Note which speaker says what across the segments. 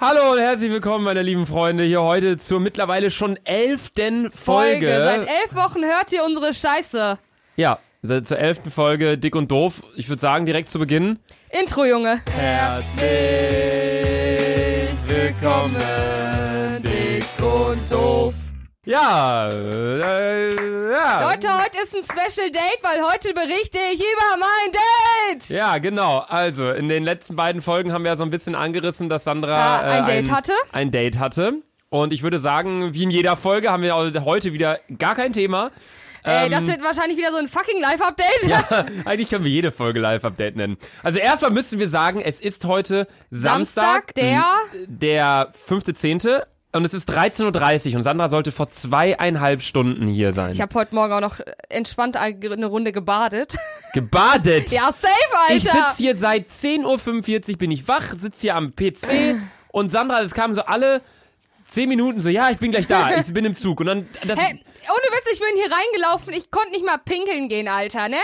Speaker 1: Hallo und herzlich willkommen, meine lieben Freunde, hier heute zur mittlerweile schon elften Folge.
Speaker 2: Seit elf Wochen hört ihr unsere Scheiße.
Speaker 1: ja, seit zur elften Folge Dick und Doof. Ich würde sagen, direkt zu Beginn.
Speaker 2: Intro, Junge.
Speaker 1: Herzlich willkommen, Dick und Doof. Ja, äh, ja.
Speaker 2: Leute, heute ist ein Special Date, weil heute berichte ich über mein Date.
Speaker 1: Ja, genau. Also, in den letzten beiden Folgen haben wir ja so ein bisschen angerissen, dass Sandra
Speaker 2: Ja, ein
Speaker 1: äh,
Speaker 2: Date hatte.
Speaker 1: Ein Date hatte. Und ich würde sagen, wie in jeder Folge haben wir auch heute wieder gar kein Thema.
Speaker 2: Ey,
Speaker 1: Ähm,
Speaker 2: das wird wahrscheinlich wieder so ein fucking Live-Update.
Speaker 1: ja, eigentlich können wir jede Folge Live-Update nennen. Also erstmal müssen wir sagen, es ist heute Samstag, Mhm.
Speaker 2: Samstag, der-
Speaker 1: m, der 5.10. und es ist 13.30 Uhr und Sandra sollte vor zweieinhalb Stunden hier sein.
Speaker 2: Ich habe heute Morgen auch noch entspannt eine Runde gebadet.
Speaker 1: Gebadet!
Speaker 2: Ja, safe, Alter.
Speaker 1: Ich sitze hier seit 10.45 Uhr, bin ich wach, sitze hier am PC und Sandra, das kam so alle 10 Minuten so, ja, ich bin gleich da, ich bin im Zug. Und dann, das,
Speaker 2: Hey, ohne Witz, ich bin hier reingelaufen, ich konnte nicht mal pinkeln gehen, Alter, ne?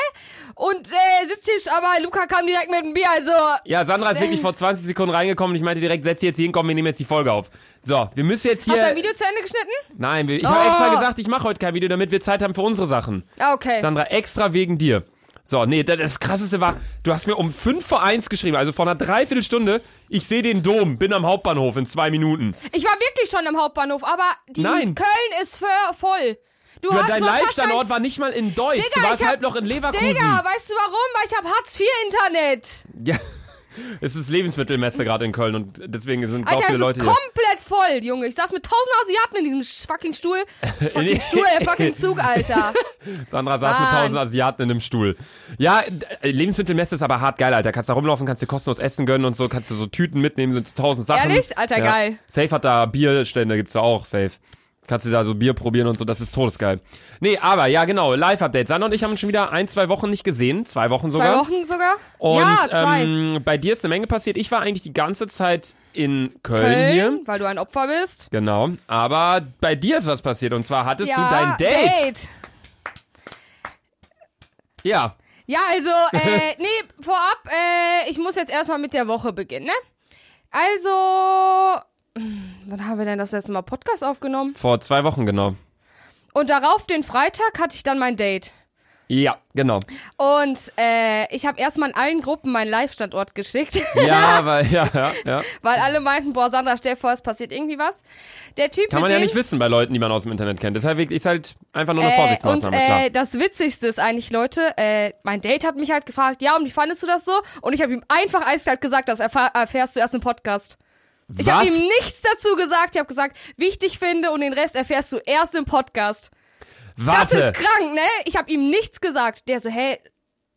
Speaker 2: Und äh, sitz hier, aber Luca kam direkt mit dem Bier, also
Speaker 1: ja, Sandra ist wirklich vor 20 Sekunden reingekommen und ich meinte direkt, setz dich jetzt hier hin, komm, wir nehmen jetzt die Folge auf. So, wir müssen jetzt
Speaker 2: hast du
Speaker 1: hier...
Speaker 2: dein Video zu Ende geschnitten?
Speaker 1: Nein, wir, ich habe
Speaker 2: Oh.
Speaker 1: extra gesagt, ich mache heute kein Video, damit wir Zeit haben für unsere Sachen.
Speaker 2: Ah, okay.
Speaker 1: Sandra, extra wegen dir. So, nee, das, das Krasseste war, du hast mir um 5 vor 1 geschrieben, also vor einer Dreiviertelstunde, ich sehe den Dom, bin am Hauptbahnhof in zwei Minuten.
Speaker 2: Ich war wirklich schon am Hauptbahnhof, aber die
Speaker 1: Nein.
Speaker 2: Köln ist für voll. Du
Speaker 1: Ja,
Speaker 2: hast-
Speaker 1: dein
Speaker 2: du hast fast
Speaker 1: Live-Standort war nicht mal in Deutsch.
Speaker 2: Digga,
Speaker 1: du warst
Speaker 2: ich hab-
Speaker 1: halb noch in
Speaker 2: kein-
Speaker 1: Leverkusen.
Speaker 2: Digga, weißt du warum? Weil ich hab Hartz IV Internet.
Speaker 1: Ja. Es ist Lebensmittelmesse gerade in Köln und deswegen sind auch
Speaker 2: Alter,
Speaker 1: viele
Speaker 2: es
Speaker 1: Leute
Speaker 2: ist komplett voll, Junge. Ich saß mit tausend Asiaten in diesem sch- fucking Stuhl. Fucking Stuhl, äh, fucking Zug, Alter.
Speaker 1: hier. Sandra saß mit
Speaker 2: Mann.
Speaker 1: tausend Asiaten in einem Stuhl. Ja, d- äh, Lebensmittelmesse ist aber hart geil, Alter. Kannst da rumlaufen, kannst dir kostenlos Essen gönnen und so, kannst du so Tüten mitnehmen, sind so tausend Sachen.
Speaker 2: Ehrlich? Alter,
Speaker 1: ja.
Speaker 2: geil.
Speaker 1: Safe hat da Bierstände, gibt's da auch, safe. Kannst du da so Bier probieren und so, das ist todesgeil. Nee, aber ja, genau, Live-Update. Sandra und ich haben uns schon wieder ein, zwei Wochen nicht gesehen, zwei Wochen sogar.
Speaker 2: Zwei Wochen sogar?
Speaker 1: Und
Speaker 2: ja, zwei.
Speaker 1: Ähm, bei dir ist eine Menge passiert. Ich war eigentlich die ganze Zeit in Köln, hier.
Speaker 2: Köln, weil du ein Opfer bist.
Speaker 1: Genau. Aber bei dir ist was passiert. Und zwar hattest du dein Date. Ja.
Speaker 2: Ja, also, äh, nee, vorab, äh, ich muss jetzt erstmal mit der Woche beginnen, ne? Also, hm, wann haben wir denn das letzte Mal Podcast aufgenommen?
Speaker 1: Vor zwei Wochen, genau.
Speaker 2: Und darauf, den Freitag, hatte ich dann mein Date.
Speaker 1: Ja, genau.
Speaker 2: Und äh, ich habe erstmal in allen Gruppen meinen Live-Standort geschickt.
Speaker 1: Ja, aber ja, ja, ja.
Speaker 2: Weil alle meinten, boah, Sandra, stell vor, es passiert irgendwie was. Der Typ
Speaker 1: Kann
Speaker 2: mit
Speaker 1: man
Speaker 2: dem,
Speaker 1: ja nicht wissen bei Leuten, die man aus dem Internet kennt. Deshalb ist halt einfach nur eine
Speaker 2: äh, und
Speaker 1: Vorsichtsmaßnahme, klar.
Speaker 2: äh, das Witzigste ist eigentlich, Leute, äh, mein Date hat mich halt gefragt, ja, und wie fandest du das so? Und ich habe ihm einfach eiskalt gesagt, das erfahr erfährst du erst im Podcast. Ich habe
Speaker 1: was?
Speaker 2: ihm nichts dazu gesagt. Ich habe gesagt, wichtig finde und den Rest erfährst du erst im Podcast. Das
Speaker 1: Warte.
Speaker 2: ist krank, ne? Ich habe ihm nichts gesagt. Der so, hey,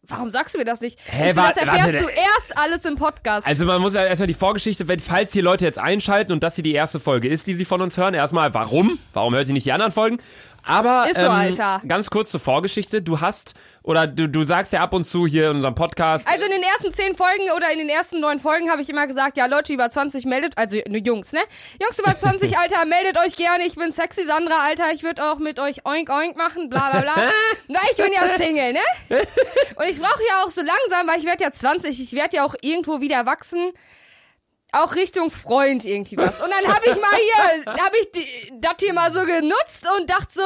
Speaker 2: warum sagst du mir das nicht?
Speaker 1: Hä,
Speaker 2: ich so,
Speaker 1: wa-
Speaker 2: das erfährst
Speaker 1: warte,
Speaker 2: du erst alles im Podcast.
Speaker 1: Also man muss ja erstmal die Vorgeschichte, wenn, falls hier Leute jetzt einschalten und das hier die erste Folge ist, die sie von uns hören, erstmal warum? Warum hört ihr nicht die anderen Folgen? Aber ähm,
Speaker 2: Ist so, Alter.
Speaker 1: ganz kurz zur Vorgeschichte, du hast oder du, du sagst ja ab und zu hier in unserem Podcast,
Speaker 2: Also in den ersten zehn Folgen oder in den ersten neun Folgen habe ich immer gesagt, ja, Leute über 20 meldet, also ne, Jungs, ne? Jungs über 20, Alter, meldet euch gerne. Ich bin sexy Sandra, Alter. Ich würde auch mit euch oink oink machen, bla bla bla. Na, ich bin ja Single, ne? Und ich brauche ja auch so langsam, weil ich werde ja 20, ich werde ja auch irgendwo wieder erwachsen. Auch Richtung Freund irgendwie was. Und dann habe ich mal hier, habe ich die- das hier mal so genutzt und dachte so,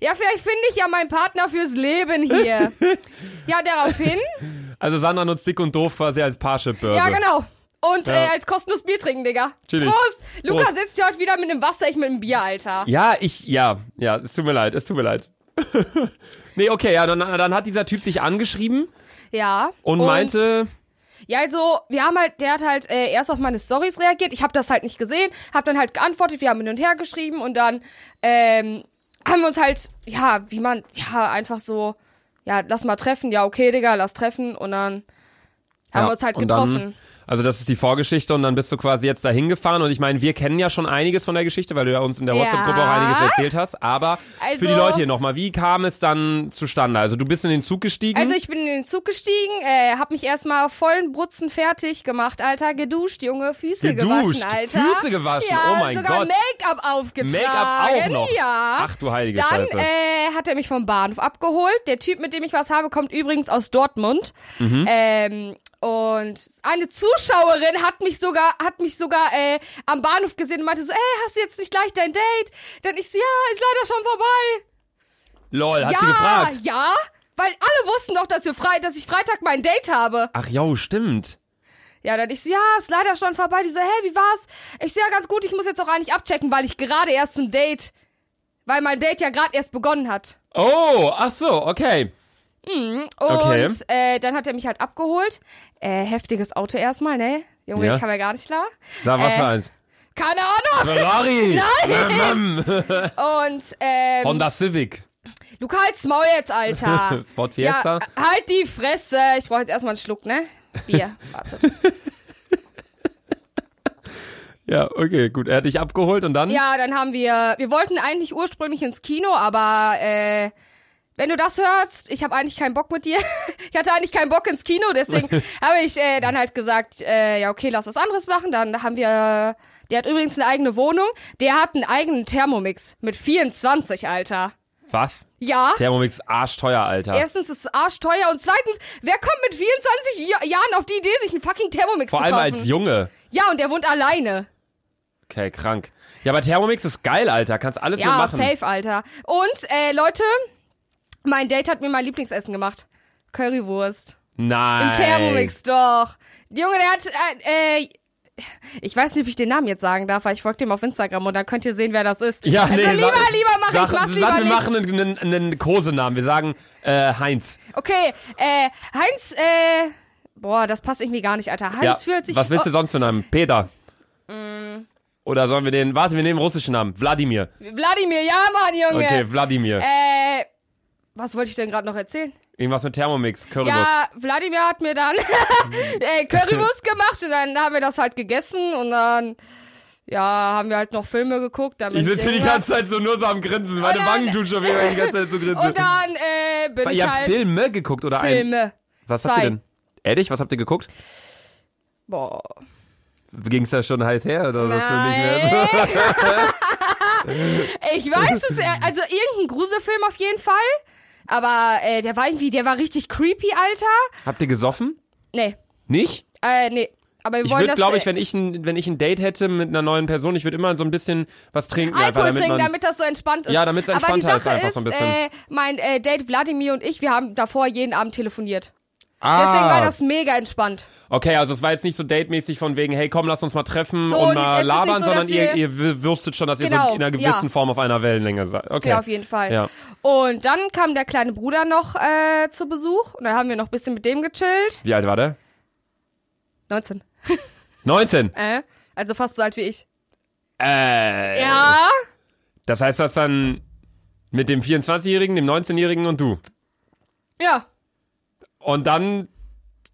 Speaker 2: ja, vielleicht finde ich ja meinen Partner fürs Leben hier. Ja, daraufhin
Speaker 1: also Sandra nutzt dick und doof quasi als Parship-Börse.
Speaker 2: ja, genau. Und
Speaker 1: Also- Ja.
Speaker 2: Äh, als kostenlos Bier trinken, Digga.
Speaker 1: Chillig.
Speaker 2: Prost! Luca
Speaker 1: Prost.
Speaker 2: sitzt hier heute wieder mit einem Wasser, ich mit einem Bier, Alter.
Speaker 1: Ja, ich, ja, ja, es tut mir leid, es tut mir leid. nee, okay, ja, dann, dann hat dieser Typ dich angeschrieben
Speaker 2: Ja.
Speaker 1: und, meinte,
Speaker 2: Ja, also, wir haben halt, der hat halt äh, erst auf meine Stories reagiert. Ich habe das halt nicht gesehen, habe dann halt geantwortet, wir haben hin und her geschrieben und dann ähm, haben wir uns halt, ja, wie man, ja, einfach so, ja, lass mal treffen. Ja, okay, Digga, lass treffen. Und dann haben
Speaker 1: Ja,
Speaker 2: wir uns halt
Speaker 1: und dann-
Speaker 2: getroffen.
Speaker 1: also das ist die Vorgeschichte und dann bist du quasi jetzt dahin gefahren und ich meine, wir kennen ja schon einiges von der Geschichte, weil du ja uns in der
Speaker 2: Ja.
Speaker 1: WhatsApp-Gruppe auch einiges erzählt hast, aber für die
Speaker 2: Also-
Speaker 1: Leute hier nochmal, wie kam es dann zustande? Also du bist in den Zug gestiegen,
Speaker 2: Also ich bin in den Zug gestiegen, äh, hab mich erstmal vollen Brutzen fertig gemacht, Alter, geduscht, Junge, Füße
Speaker 1: Geduscht,
Speaker 2: gewaschen, Alter.
Speaker 1: Füße gewaschen,
Speaker 2: ja,
Speaker 1: oh mein
Speaker 2: sogar
Speaker 1: Gott.
Speaker 2: Make-up aufgetragen.
Speaker 1: Make-up auch noch.
Speaker 2: Ja.
Speaker 1: Ach du heilige
Speaker 2: dann
Speaker 1: Scheiße.
Speaker 2: äh, hat er
Speaker 1: Mhm.
Speaker 2: mich vom Bahnhof abgeholt. Der Typ, mit dem ich was habe, kommt übrigens aus Dortmund. Ähm, Und eine Zuschauerin hat mich sogar, hat mich sogar äh, am Bahnhof gesehen und meinte so, ey, hast du jetzt nicht gleich dein Date? Dann ich so, ja, ist leider schon vorbei.
Speaker 1: Lol, hat
Speaker 2: ja,
Speaker 1: sie gefragt.
Speaker 2: ja, weil alle wussten doch, dass, wir frei, dass ich Freitag mein Date habe.
Speaker 1: Ach jo, stimmt.
Speaker 2: Ja, dann ich so, ja, ist leider schon vorbei. Die so, hey, wie war's? Ich so, ja, ganz gut, ich muss jetzt auch eigentlich abchecken, weil ich gerade erst ein Date, weil mein Date ja gerade erst begonnen hat.
Speaker 1: Oh, ach so, okay.
Speaker 2: Und
Speaker 1: Okay.
Speaker 2: äh, dann hat er mich halt abgeholt. Äh, heftiges Auto erstmal, ne? Junge,
Speaker 1: Ja.
Speaker 2: ich kam ja gar nicht klar.
Speaker 1: Sag, was
Speaker 2: Äh,
Speaker 1: für eins?
Speaker 2: Keine Ahnung!
Speaker 1: Ferrari!
Speaker 2: Und, ähm,
Speaker 1: Honda Civic.
Speaker 2: du halt's Maul jetzt, Alter.
Speaker 1: Ford Fiesta.
Speaker 2: ja, äh, halt die Fresse. Ich brauche jetzt erstmal einen Schluck, ne? Bier. Wartet.
Speaker 1: Ja, okay, gut. Er hat dich abgeholt und dann?
Speaker 2: Ja, dann haben wir, wir wollten eigentlich ursprünglich ins Kino, aber, äh, wenn du das hörst, ich habe eigentlich keinen Bock mit dir. Ich hatte eigentlich keinen Bock ins Kino, deswegen habe ich äh, dann halt gesagt, äh, ja okay, lass was anderes machen. Dann haben wir, der hat übrigens eine eigene Wohnung, der hat einen eigenen Thermomix mit 24, Alter.
Speaker 1: Was?
Speaker 2: Ja,
Speaker 1: Thermomix arschteuer, Alter.
Speaker 2: erstens ist es arschteuer und zweitens, wer kommt mit 24 Ja- Jahren auf die Idee, sich einen fucking Thermomix
Speaker 1: Vor
Speaker 2: zu
Speaker 1: allem
Speaker 2: kaufen?
Speaker 1: als Junge.
Speaker 2: ja, und der wohnt alleine.
Speaker 1: Okay, krank. Ja, aber Thermomix ist geil, Alter. Kannst alles
Speaker 2: Ja,
Speaker 1: mitmachen.
Speaker 2: safe, Alter. Und, äh, Leute, mein Date hat mir mein Lieblingsessen gemacht. Currywurst. Im
Speaker 1: Nein.
Speaker 2: Thermomix, doch. Die Junge, der hat, äh, äh, ich weiß nicht, ob ich den Namen jetzt sagen darf, weil ich folge dem auf Instagram und dann könnt ihr sehen, wer das ist.
Speaker 1: Ja,
Speaker 2: also
Speaker 1: nee,
Speaker 2: lieber,
Speaker 1: sag-
Speaker 2: lieber mach
Speaker 1: sag,
Speaker 2: ich, mach's lieber
Speaker 1: warte, wir
Speaker 2: nicht.
Speaker 1: machen einen, einen, einen Kosenamen. Wir sagen äh, Heinz.
Speaker 2: Okay, äh, Heinz, äh, boah, das passt irgendwie gar nicht, Alter.
Speaker 1: Ja.
Speaker 2: Heinz fühlt sich... Oh,
Speaker 1: Was willst du sonst für einen Namen? Peter. Oder sollen wir den. Warte, wir nehmen den russischen Namen. Wladimir.
Speaker 2: Oh, Wladimir, ja, Mann, Junge.
Speaker 1: Okay, Wladimir.
Speaker 2: Äh, was wollte ich denn gerade noch erzählen?
Speaker 1: Irgendwas mit Thermomix, Currywurst.
Speaker 2: Ja, Wladimir hat mir dann äh, Currywurst gemacht und dann haben wir das halt gegessen und dann ja, haben wir halt noch Filme geguckt. Damit
Speaker 1: Ich sitze hier die
Speaker 2: irgendwann-
Speaker 1: ganze Zeit so nur so am Grinsen. Meine
Speaker 2: Und dann-
Speaker 1: Wangen tun schon weh, weil ich die ganze Zeit so grinse.
Speaker 2: Oh Und dann äh, bin ich
Speaker 1: Ihr habt
Speaker 2: halt
Speaker 1: Filme geguckt oder ein.
Speaker 2: Filme.
Speaker 1: Was habt
Speaker 2: Zwei.
Speaker 1: ihr denn? Ehrlich, was habt ihr geguckt?
Speaker 2: Boah.
Speaker 1: Ging's da schon heiß her oder was du nicht mehr?
Speaker 2: Nein. ich weiß es, äh, also irgendein Gruselfilm auf jeden Fall. Aber äh, der war irgendwie, der war richtig creepy, Alter.
Speaker 1: Habt ihr gesoffen?
Speaker 2: Nee,
Speaker 1: Nicht?
Speaker 2: äh, nee. Aber wir
Speaker 1: Ich
Speaker 2: wollen
Speaker 1: würde,
Speaker 2: das.
Speaker 1: glaube ich,
Speaker 2: äh,
Speaker 1: wenn ich, ein, wenn ich ein Date hätte mit einer neuen Person, ich würde immer so ein bisschen was trinken.
Speaker 2: Alkohol
Speaker 1: einfach, damit
Speaker 2: trinken,
Speaker 1: man,
Speaker 2: damit das so entspannt ist.
Speaker 1: Ja, damit's
Speaker 2: Aber die
Speaker 1: entspannter
Speaker 2: Sache
Speaker 1: ist einfach so ein bisschen.
Speaker 2: Äh, mein äh, Date Wladimir und ich, wir haben davor jeden Abend telefoniert.
Speaker 1: ah,
Speaker 2: Deswegen war das mega entspannt.
Speaker 1: Okay, also es war jetzt nicht so datemäßig von wegen, hey, komm, lass uns mal treffen
Speaker 2: So,
Speaker 1: und
Speaker 2: und es
Speaker 1: mal
Speaker 2: ist
Speaker 1: labern,
Speaker 2: nicht so,
Speaker 1: sondern
Speaker 2: dass
Speaker 1: ihr,
Speaker 2: wir-
Speaker 1: ihr w- wusstet schon, dass ihr so
Speaker 2: Genau,
Speaker 1: in einer
Speaker 2: ja.
Speaker 1: gewissen Form auf einer Wellenlänge seid. Okay.
Speaker 2: Ja, auf jeden Fall.
Speaker 1: Ja.
Speaker 2: Und dann kam der kleine Bruder noch äh, zu Besuch und dann haben wir noch ein bisschen mit dem gechillt.
Speaker 1: Wie alt war der?
Speaker 2: 19.
Speaker 1: 19.
Speaker 2: Äh? Also fast so alt wie ich.
Speaker 1: Äh,
Speaker 2: Ja.
Speaker 1: Das heißt, das dann mit dem 24-Jährigen, dem 19-Jährigen und du.
Speaker 2: Ja.
Speaker 1: Und dann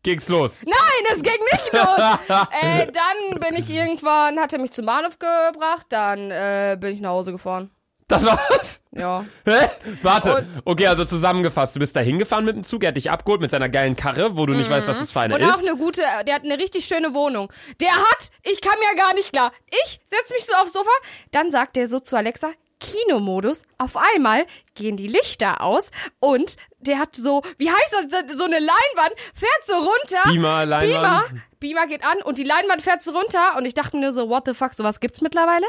Speaker 1: ging's los.
Speaker 2: Nein, es ging nicht los. äh, dann bin ich irgendwann, hat er mich zum Bahnhof gebracht, dann äh, bin ich nach Hause gefahren.
Speaker 1: Das war's.
Speaker 2: Ja.
Speaker 1: Hä? Warte.
Speaker 2: Und-
Speaker 1: okay, also zusammengefasst, du bist da hingefahren mit dem Zug, er hat dich abgeholt mit seiner geilen Karre, wo du nicht weißt, was das für eine
Speaker 2: Mhm. Und auch
Speaker 1: ist.
Speaker 2: eine gute, der hat eine richtig schöne Wohnung. Der hat, ich kam ja gar nicht klar. Ich setz mich so aufs Sofa, dann sagt der so zu Alexa, Kinomodus. Auf einmal gehen die Lichter aus und der hat so, wie heißt das, so eine Leinwand, fährt so runter.
Speaker 1: Beamer,
Speaker 2: Beamer,
Speaker 1: Leinwand.
Speaker 2: Beamer geht an und die Leinwand fährt so runter und ich dachte mir nur so, what the fuck, sowas gibt's mittlerweile?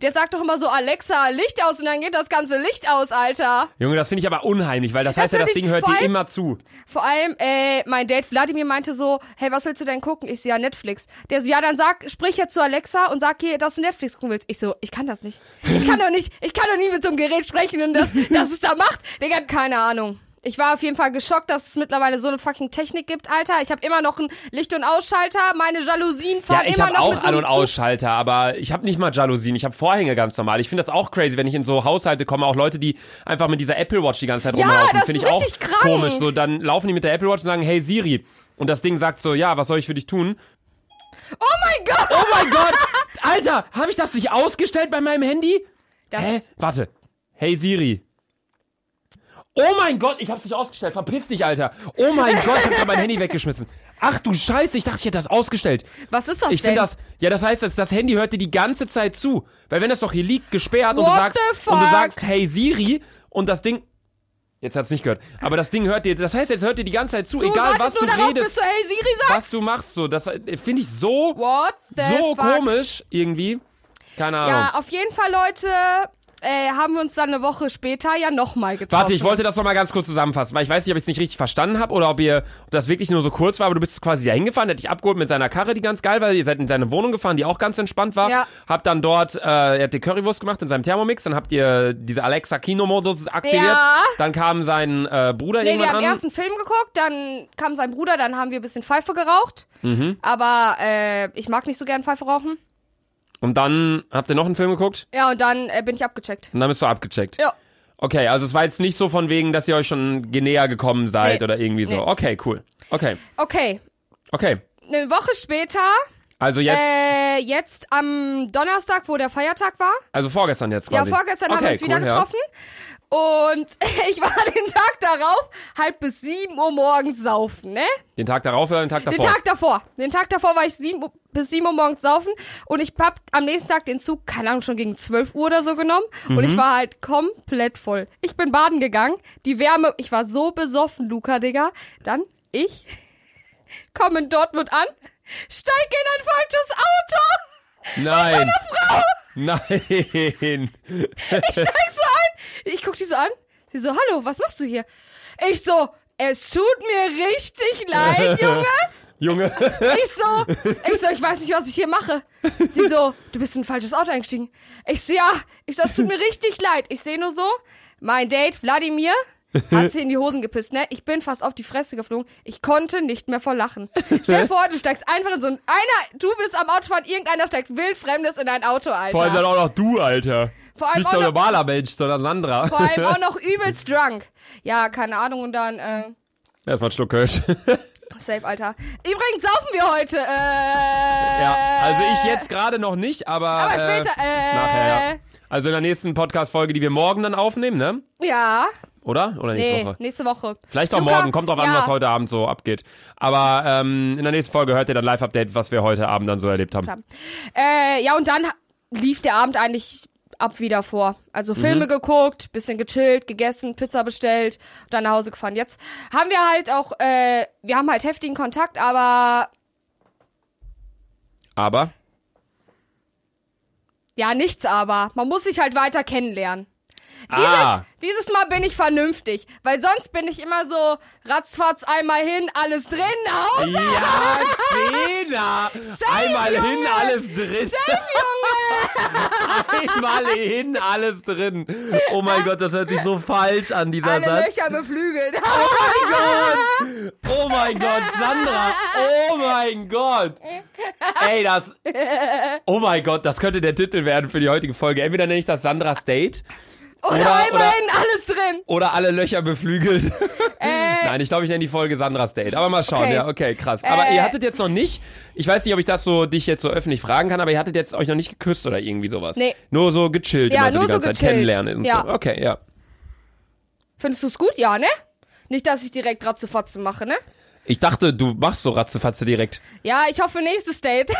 Speaker 2: der sagt doch immer so, Alexa, Licht aus und dann geht das ganze Licht aus, Alter.
Speaker 1: Junge, das finde ich aber unheimlich, weil das,
Speaker 2: Das
Speaker 1: heißt ja,
Speaker 2: find
Speaker 1: das
Speaker 2: ich
Speaker 1: Ding hört
Speaker 2: vor
Speaker 1: dir
Speaker 2: allem-
Speaker 1: immer zu.
Speaker 2: Vor allem, äh, mein Date Vladimir meinte so, hey, was willst du denn gucken? Ich so, ja, Netflix. Der so, ja, dann sag, sprich jetzt zu Alexa und sag ihr, dass du Netflix gucken willst. Ich so, ich kann das nicht. Ich kann doch nicht, ich kann doch nie mit so einem Gerät sprechen und das, das es da macht. Digga, keine Ahnung. Ich war auf jeden Fall geschockt, dass es mittlerweile so eine fucking Technik gibt, Alter. Ich habe immer noch einen Licht- und Ausschalter, meine Jalousien
Speaker 1: Ja,
Speaker 2: fahren
Speaker 1: ich
Speaker 2: immer
Speaker 1: habe
Speaker 2: noch mit
Speaker 1: auch
Speaker 2: so
Speaker 1: An- und
Speaker 2: einem
Speaker 1: Ausschalter, aber ich habe nicht mal Jalousien, ich habe Vorhänge ganz normal. Ich finde das auch crazy, wenn ich in so Haushalte komme, auch Leute, die einfach mit dieser Apple Watch die ganze Zeit
Speaker 2: Ja,
Speaker 1: rumlaufen,
Speaker 2: das
Speaker 1: finde ich
Speaker 2: ist
Speaker 1: auch
Speaker 2: richtig krank.
Speaker 1: komisch. So, dann laufen die mit der Apple Watch und sagen, hey Siri. Und das Ding sagt so, ja, was soll ich für dich tun?
Speaker 2: Zug. Oh mein Gott!
Speaker 1: Oh mein Gott! Alter, habe ich das nicht ausgestellt bei meinem Handy?
Speaker 2: Das,
Speaker 1: Hä? Warte. Hey Siri. Oh mein Gott, ich hab's nicht ausgestellt. Verpiss dich, Alter. Oh mein Gott, ich hab grad mein Handy weggeschmissen. Ach du Scheiße, ich dachte, ich hätte das ausgestellt.
Speaker 2: Was ist das
Speaker 1: Ich
Speaker 2: denn?
Speaker 1: finde das. Ja, das heißt, das, das Handy hört dir die ganze Zeit zu. Weil wenn das doch hier liegt, gesperrt und du
Speaker 2: What
Speaker 1: sagst
Speaker 2: the
Speaker 1: und du
Speaker 2: fuck?
Speaker 1: sagst, hey Siri, und das Ding. Jetzt hat's nicht gehört. Aber das Ding hört dir, das heißt, jetzt hört dir die ganze Zeit zu,
Speaker 2: Du
Speaker 1: egal
Speaker 2: wartest
Speaker 1: was du
Speaker 2: nur darauf, bis
Speaker 1: redest,
Speaker 2: du El Siri sagst.
Speaker 1: was du machst, so. Das äh, finde ich so,
Speaker 2: What the
Speaker 1: so
Speaker 2: Äh, fuck?
Speaker 1: komisch irgendwie. Keine Ahnung.
Speaker 2: Ja, auf jeden Fall, Leute, äh, haben wir uns dann eine Woche später ja nochmal getroffen.
Speaker 1: Warte, ich wollte das nochmal ganz kurz zusammenfassen, weil ich weiß nicht, ob ich es nicht richtig verstanden habe oder ob ihr ob das wirklich nur so kurz war, aber du bist quasi da hingefahren, der hat dich abgeholt mit seiner Karre, die ganz geil war, ihr seid in seine Wohnung gefahren, die auch ganz entspannt war,
Speaker 2: Ja.
Speaker 1: habt dann dort, äh, er hat die Currywurst gemacht in seinem Thermomix, dann habt ihr diese Alexa Kino-Modus aktiviert,
Speaker 2: Ja.
Speaker 1: dann kam sein äh, Bruder
Speaker 2: Nee, wir
Speaker 1: irgendwann
Speaker 2: haben
Speaker 1: an.
Speaker 2: erst einen Film geguckt, dann kam sein Bruder, dann haben wir ein bisschen Pfeife geraucht.
Speaker 1: Mhm.
Speaker 2: Aber äh, ich mag nicht so gern Pfeife rauchen.
Speaker 1: und dann habt ihr noch einen Film geguckt
Speaker 2: Ja, und dann äh, bin ich abgecheckt.
Speaker 1: und dann bist du abgecheckt.
Speaker 2: Ja.
Speaker 1: Okay, also es war jetzt nicht so von wegen, dass ihr euch schon näher gekommen seid
Speaker 2: Nee.
Speaker 1: oder irgendwie so.
Speaker 2: Nee.
Speaker 1: Okay, cool. Okay,
Speaker 2: Okay,
Speaker 1: okay.
Speaker 2: eine Woche später,
Speaker 1: Also jetzt,
Speaker 2: äh, jetzt am Donnerstag, wo der Feiertag war.
Speaker 1: also vorgestern jetzt
Speaker 2: Ja,
Speaker 1: quasi.
Speaker 2: vorgestern haben wir
Speaker 1: Okay,
Speaker 2: uns
Speaker 1: cool,
Speaker 2: wieder
Speaker 1: ja.
Speaker 2: getroffen. Und ich war den Tag darauf halt bis 7 Uhr morgens saufen, ne?
Speaker 1: Den Tag darauf oder den Tag davor?
Speaker 2: Den Tag davor. Den Tag davor war ich sieben, Uhr- bis 7 Uhr morgens saufen und ich hab am nächsten Tag den Zug, keine Ahnung, schon gegen 12 Uhr oder so genommen und ich war halt komplett voll. Ich bin baden gegangen, die Wärme, ich war so besoffen, Luca, Digga. Dann ich komme in Dortmund an, steig in ein falsches Auto.
Speaker 1: Nein. Nein.
Speaker 2: Ich steig so an. Ich guck die so an. Sie so, hallo, was machst du hier? Ich so, es tut mir richtig leid, Junge.
Speaker 1: Junge.
Speaker 2: Ich so, ich so, ich weiß nicht, was ich hier mache. Sie so, du bist in ein falsches Auto eingestiegen. Ich so, ja, ich so, es tut mir richtig leid. Ich sehe nur so, mein Date, Wladimir, hat sie in die Hosen gepisst, ne? Ich bin fast auf die Fresse geflogen. Ich konnte nicht mehr vor Lachen. Stell dir vor, du steigst einfach in so ein, einer, du bist am Autofahren, irgendeiner steigt wild Fremdes in dein Auto, Alter.
Speaker 1: Vor allem dann auch noch du, Alter.
Speaker 2: Vor allem
Speaker 1: Nicht
Speaker 2: auch
Speaker 1: doch
Speaker 2: noch-
Speaker 1: normaler Mensch, sondern Sandra.
Speaker 2: Vor allem auch noch übelst drunk. Ja, keine Ahnung, und dann, äh,
Speaker 1: Erstmal ein Schluck Kölsch.
Speaker 2: safe, Alter. Übrigens saufen wir heute, äh.
Speaker 1: Ja.
Speaker 2: Ja,
Speaker 1: Also ich jetzt gerade noch nicht, aber.
Speaker 2: Aber später, äh.
Speaker 1: Nachher, ja. Also in der nächsten Podcast-Folge, die wir morgen dann aufnehmen, ne?
Speaker 2: Ja,
Speaker 1: Oder? Oder nächste
Speaker 2: nee,
Speaker 1: Woche?
Speaker 2: nächste Woche.
Speaker 1: Vielleicht auch
Speaker 2: Luca,
Speaker 1: morgen, kommt drauf an,
Speaker 2: ja.
Speaker 1: was heute Abend so abgeht. Aber ähm, in der nächsten Folge hört ihr dann Live-Update, was wir heute Abend dann so erlebt haben.
Speaker 2: Äh, ja, und dann ha- lief der Abend eigentlich ab wieder vor.
Speaker 1: Mhm.
Speaker 2: Also Filme geguckt, bisschen gechillt, gegessen, Pizza bestellt, dann nach Hause gefahren. Jetzt haben wir halt auch, äh, wir haben halt heftigen Kontakt, aber
Speaker 1: Aber
Speaker 2: ja, nichts aber. Man muss sich halt weiter kennenlernen. Dieses,
Speaker 1: Ah.
Speaker 2: dieses Mal bin ich vernünftig, weil sonst bin ich immer so ratzfatz einmal hin, alles drin, aus.
Speaker 1: Ja, Xena! Einmal
Speaker 2: Junge!
Speaker 1: hin, alles drin. Einmal hin, alles drin. Oh mein Gott, das hört sich so falsch an, dieser
Speaker 2: Alle
Speaker 1: Satz.
Speaker 2: Löcher beflügelt.
Speaker 1: Oh mein Gott, Sandra! Oh mein Gott! Ey, das. Oh mein Gott, das könnte der Titel werden für die heutige Folge. Entweder nenne ich das Sandras Date
Speaker 2: Oder,
Speaker 1: Oder-
Speaker 2: einmal
Speaker 1: oder-
Speaker 2: hin, alles drin.
Speaker 1: oder alle Löcher beflügelt. Nein, ich glaube, ich nenne die Folge Sandras Date. Aber mal schauen,
Speaker 2: Äh. Okay.
Speaker 1: ja, okay, krass. Aber
Speaker 2: Äh.
Speaker 1: ihr hattet jetzt noch nicht, ich weiß nicht, ob ich das so dich jetzt so öffentlich fragen kann, aber ihr hattet jetzt euch noch nicht geküsst oder irgendwie sowas.
Speaker 2: Nee.
Speaker 1: Nur so gechillt,
Speaker 2: Ja,
Speaker 1: immer so
Speaker 2: nur
Speaker 1: die
Speaker 2: so
Speaker 1: ganze Zeit
Speaker 2: gechillt.
Speaker 1: kennenlernen und
Speaker 2: Ja.
Speaker 1: so. Okay, ja.
Speaker 2: Findest du's gut? Ja, ne? Nicht, dass ich direkt Ratzefatze mache, ne?
Speaker 1: Ich dachte, du machst so Ratzefatze direkt.
Speaker 2: Ja, ich hoffe, nächstes Date.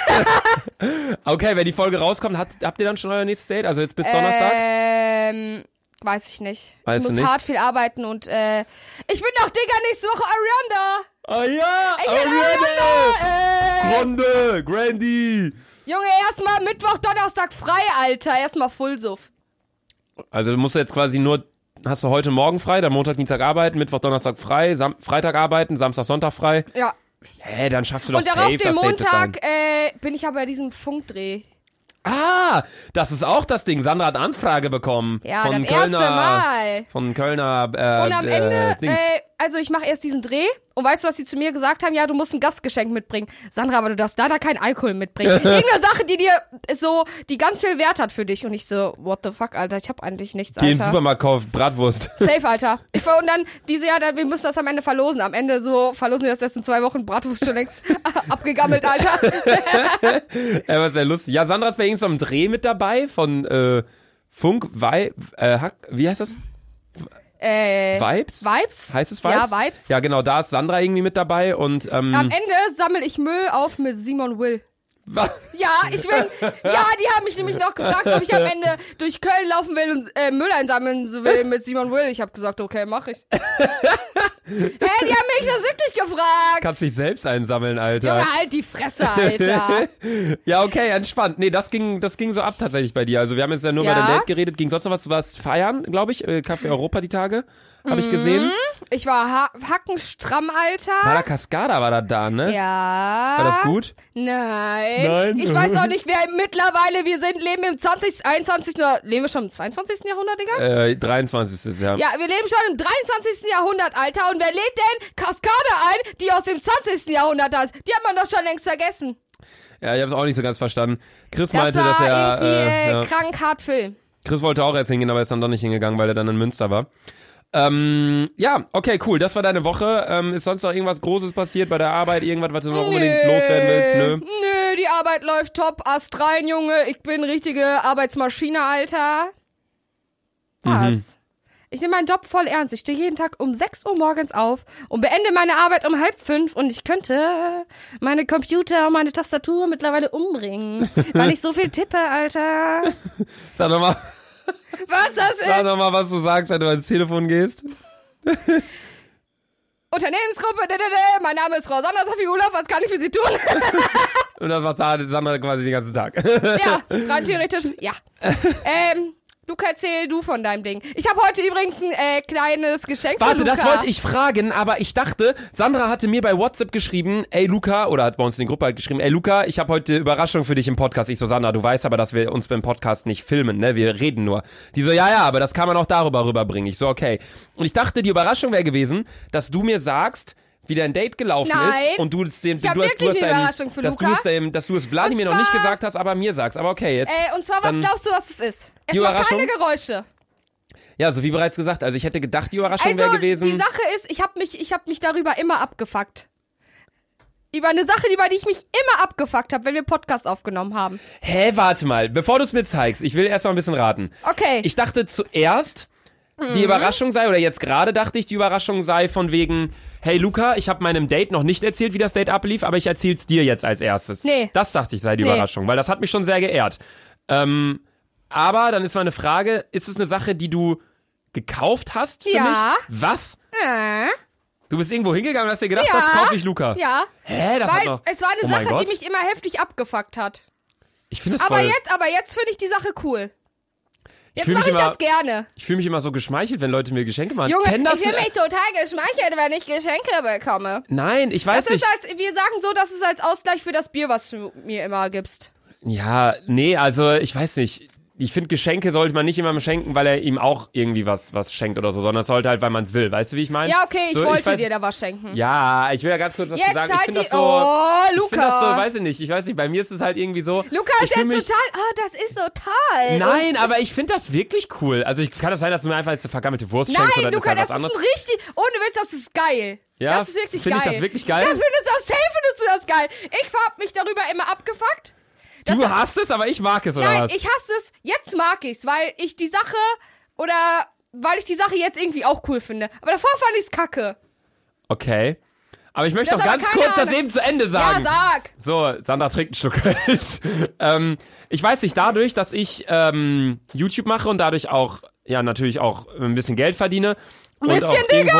Speaker 1: Okay, wenn die Folge rauskommt, hat, habt ihr dann schon euer nächstes Date? Also jetzt
Speaker 2: Äh.
Speaker 1: bis Donnerstag?
Speaker 2: Ähm, weiß ich nicht.
Speaker 1: Weißt
Speaker 2: ich
Speaker 1: du
Speaker 2: muss
Speaker 1: nicht?
Speaker 2: hart viel arbeiten und äh, ich bin doch Digga nächste Woche Arianda.
Speaker 1: Oh ja! Oh,
Speaker 2: Ich bin Arianda. Äh,
Speaker 1: Runde! Grandy!
Speaker 2: Junge, erstmal Mittwoch, Donnerstag frei, Alter. Erstmal Fullsuff.
Speaker 1: Also du musst jetzt quasi nur, hast du heute Morgen frei, dann Montag, Dienstag arbeiten, Mittwoch, Donnerstag frei, Sam Freitag arbeiten, Samstag, Sonntag frei.
Speaker 2: Ja.
Speaker 1: Hä, dann schaffst du doch
Speaker 2: Und darauf
Speaker 1: safe
Speaker 2: den
Speaker 1: das Date bis dahin.
Speaker 2: Montag äh, bin ich aber bei diesem Funkdreh.
Speaker 1: Ah, das ist auch das Ding. Sandra hat Anfrage bekommen.
Speaker 2: Ja,
Speaker 1: von
Speaker 2: das
Speaker 1: Kölner,
Speaker 2: erste Mal.
Speaker 1: Von Kölner, äh,
Speaker 2: Und am
Speaker 1: äh,
Speaker 2: Ende,
Speaker 1: Dings.
Speaker 2: äh, also ich mache erst diesen Dreh und weißt du, was sie zu mir gesagt haben? Ja, du musst ein Gastgeschenk mitbringen. Sandra, aber du darfst leider kein Alkohol mitbringen. Irgendeine Sache, die dir so, die ganz viel Wert hat für dich. Und ich so, what the fuck, Alter, ich habe eigentlich nichts,
Speaker 1: Geh in den
Speaker 2: Alter.
Speaker 1: Supermarkt, kauf Bratwurst.
Speaker 2: Safe, Alter. Ich war und dann, diese, ja, dann, wir müssen das am Ende verlosen. Am Ende so verlosen wir das erst in zwei Wochen. Bratwurst schon längst abgegammelt, Alter.
Speaker 1: äh, was wäre lustig. Ja, Sandra ist bei irgendeinem Dreh mit dabei von äh, Funk, Vi äh, Hack, wie heißt das?
Speaker 2: Äh,
Speaker 1: Vibes?
Speaker 2: Vibes?
Speaker 1: Heißt es Vibes?
Speaker 2: Ja, Vibes.
Speaker 1: Ja, genau, da ist Sandra irgendwie mit dabei und ähm,
Speaker 2: Am Ende sammel ich Müll auf mit Simon Will.
Speaker 1: Was?
Speaker 2: Ja, ich bin. Ja, die haben mich nämlich noch gefragt, ob ich am Ende durch Köln laufen will und äh, Müll einsammeln will mit Simon Will. Ich habe gesagt, okay, mach ich. Hä, hey, die haben mich das wirklich gefragt.
Speaker 1: Kannst dich selbst einsammeln, Alter.
Speaker 2: Junge, halt die Fresse, Alter.
Speaker 1: Ja, okay, entspannt. Nee, das ging, das ging so ab tatsächlich bei dir. Also wir haben jetzt ja nur
Speaker 2: Ja.
Speaker 1: über dein Date geredet. Ging sonst noch was? Du warst feiern, glaube ich. Äh, Café Europa die Tage. Habe ich gesehen.
Speaker 2: Mhm. Ich war ha hackenstramm, Alter.
Speaker 1: War da Cascada, war da da, ne?
Speaker 2: Ja.
Speaker 1: War das gut?
Speaker 2: Nein.
Speaker 1: Nein.
Speaker 2: Ich weiß auch nicht, wer mittlerweile wir sind. Leben wir im 20. 21. Jahr- Leben wir schon im 22. Jahrhundert, Digga?
Speaker 1: Äh, 23. ist ja.
Speaker 2: Ja, wir leben schon im 23. Jahrhundert, Alter. Und wer lädt denn Kaskade ein, die aus dem 20. Jahrhundert da ist? Die hat man doch schon längst vergessen.
Speaker 1: Ja, ich habe es auch nicht so ganz verstanden. Chris
Speaker 2: Das
Speaker 1: meinte,
Speaker 2: war
Speaker 1: dass er.
Speaker 2: irgendwie
Speaker 1: äh,
Speaker 2: äh,
Speaker 1: ja.
Speaker 2: krank hart Film.
Speaker 1: Chris wollte auch jetzt hingehen, aber ist dann doch nicht hingegangen, weil er dann in Münster war. Ähm, ja, okay, cool. Das war deine Woche. Ähm, ist sonst noch irgendwas Großes passiert bei der Arbeit? Irgendwas, was du noch unbedingt loswerden willst? ne? Nö.
Speaker 2: Nö, die Arbeit läuft top. Ast rein, Junge. Ich bin richtige Arbeitsmaschine, Alter. Was?
Speaker 1: Mhm.
Speaker 2: Ich nehme meinen Job voll ernst. Ich stehe jeden Tag um 6 Uhr morgens auf und beende meine Arbeit um halb fünf und ich könnte meine Computer und meine Tastatur mittlerweile umbringen, weil ich so viel tippe, Alter.
Speaker 1: Sag doch mal,
Speaker 2: Was das
Speaker 1: sag
Speaker 2: ist?
Speaker 1: doch mal, was du sagst, wenn du ans Telefon gehst.
Speaker 2: Unternehmensgruppe, dä, dä, dä. mein Name ist Rosanna Safiulov, was kann ich für Sie tun?
Speaker 1: Und das war Sandra quasi den ganzen Tag.
Speaker 2: ja, rein theoretisch, ja. Ähm, Luca, erzähl du von deinem Ding. Ich habe heute übrigens ein äh, kleines Geschenk
Speaker 1: Warte,
Speaker 2: für Luca.
Speaker 1: das wollte ich fragen, aber ich dachte, Sandra hatte mir bei WhatsApp geschrieben, ey Luca, oder hat bei uns in die Gruppe halt geschrieben, ey Luca, ich habe heute Überraschung für dich im Podcast. Ich so, Sandra, du weißt aber, dass wir uns beim Podcast nicht filmen, ne? Wir reden nur. Die so, ja, ja, aber das kann man auch darüber rüberbringen. Ich so, okay. Und ich dachte, die Überraschung wäre gewesen, dass du mir sagst, wie dein Date gelaufen
Speaker 2: Nein.
Speaker 1: ist und du es dem,
Speaker 2: hab
Speaker 1: du hast, du
Speaker 2: wirklich
Speaker 1: hast
Speaker 2: eine
Speaker 1: deinem-
Speaker 2: Überraschung für
Speaker 1: dass du
Speaker 2: Luca.
Speaker 1: es dem, dass du es Vladimir noch
Speaker 2: zwar-
Speaker 1: nicht gesagt hast, aber mir sagst. Aber okay, jetzt.
Speaker 2: Äh, und zwar, was
Speaker 1: Dann-
Speaker 2: glaubst du, was es ist? Es
Speaker 1: Die
Speaker 2: macht
Speaker 1: Überraschung?
Speaker 2: keine Geräusche.
Speaker 1: Ja, so wie bereits gesagt, also ich hätte gedacht, die Überraschung
Speaker 2: Also,
Speaker 1: wäre gewesen.
Speaker 2: die Sache ist, ich habe mich, ich hab mich darüber immer abgefuckt. Über eine Sache, über die ich mich immer abgefuckt habe, wenn wir Podcasts aufgenommen haben.
Speaker 1: Hä, warte mal, bevor du es mir zeigst, ich will erst mal ein bisschen raten.
Speaker 2: Okay.
Speaker 1: Ich dachte zuerst,
Speaker 2: Mhm.
Speaker 1: die Überraschung sei, oder jetzt gerade dachte ich, die Überraschung sei von wegen, hey Luca, ich habe meinem Date noch nicht erzählt, wie das Date ablief, aber ich erzähl's dir jetzt als erstes.
Speaker 2: Nee.
Speaker 1: Das dachte ich sei die
Speaker 2: Nee.
Speaker 1: Überraschung, weil das hat mich schon sehr geehrt. Ähm, aber dann ist meine Frage, ist es eine Sache, die du gekauft hast für
Speaker 2: Ja.
Speaker 1: mich? Was?
Speaker 2: Äh,
Speaker 1: Du bist irgendwo hingegangen und hast dir gedacht,
Speaker 2: Ja.
Speaker 1: das kaufe ich Luca.
Speaker 2: ja.
Speaker 1: Hä, das hat
Speaker 2: Weil
Speaker 1: noch...
Speaker 2: es war eine
Speaker 1: oh mein
Speaker 2: Sache, die
Speaker 1: Gott.
Speaker 2: mich immer heftig abgefuckt hat.
Speaker 1: Ich finde es
Speaker 2: Aber
Speaker 1: voll...
Speaker 2: jetzt, aber jetzt finde ich die Sache cool. Jetzt
Speaker 1: fühl mich
Speaker 2: mache ich
Speaker 1: immer-
Speaker 2: das gerne.
Speaker 1: Ich fühle mich immer so geschmeichelt, wenn Leute mir Geschenke machen.
Speaker 2: Junge,
Speaker 1: Kenn das
Speaker 2: ich fühle mich total geschmeichelt, wenn ich Geschenke bekomme.
Speaker 1: Nein, ich weiß
Speaker 2: Das
Speaker 1: nicht.
Speaker 2: ist als, wir sagen so, das ist als Ausgleich für das Bier, was du mir immer gibst.
Speaker 1: ja, nee, also ich weiß nicht. Ich finde, Geschenke sollte man nicht jemandem schenken, weil er ihm auch irgendwie was, was schenkt oder so, sondern es sollte halt, weil man es will. Weißt du, wie ich meine?
Speaker 2: Ja, okay, ich
Speaker 1: so,
Speaker 2: wollte
Speaker 1: ich weiß,
Speaker 2: dir da was schenken.
Speaker 1: Ja, ich will ja ganz kurz was
Speaker 2: Jetzt
Speaker 1: zu sagen. ich
Speaker 2: halt
Speaker 1: find
Speaker 2: die.
Speaker 1: das so.
Speaker 2: oh,
Speaker 1: Ich finde das so,
Speaker 2: Luca.
Speaker 1: weiß ich nicht. Ich weiß nicht, bei mir ist es halt irgendwie so.
Speaker 2: Luca
Speaker 1: ich
Speaker 2: ist
Speaker 1: fühl
Speaker 2: jetzt
Speaker 1: mich,
Speaker 2: total. Oh, das ist so toll.
Speaker 1: Nein, aber ich finde das wirklich cool. Also ich kann das sein, dass du mir einfach jetzt eine vergammelte Wurst schenkst oder
Speaker 2: Nein, Luca,
Speaker 1: ist halt
Speaker 2: das
Speaker 1: was
Speaker 2: ist
Speaker 1: anderes.
Speaker 2: ein richtig. Ohne Witz, das ist geil.
Speaker 1: Ja,
Speaker 2: das ist wirklich geil.
Speaker 1: find ich das wirklich geil?
Speaker 2: Ja, findest du das, safe findest du das geil. Ich hab mich darüber immer abgefuckt. Das
Speaker 1: du hast es, aber ich mag es, oder
Speaker 2: Nein,
Speaker 1: was?
Speaker 2: ich hasse es. Jetzt mag ich's, weil ich die Sache oder weil ich die Sache jetzt irgendwie auch cool finde. Aber davor fand ich's kacke.
Speaker 1: okay. Aber ich möchte
Speaker 2: Das
Speaker 1: doch
Speaker 2: ist aber
Speaker 1: ganz
Speaker 2: keine
Speaker 1: kurz das
Speaker 2: Ahnung.
Speaker 1: eben zu Ende
Speaker 2: Ja,
Speaker 1: sagen.
Speaker 2: sag.
Speaker 1: So, Sandra trinkt einen Schluck Kölsch. ähm, ich weiß nicht, dadurch, dass ich ähm, YouTube mache und dadurch auch, ja, natürlich auch ein bisschen Geld verdiene. Ein
Speaker 2: bisschen,
Speaker 1: auch irgendwo,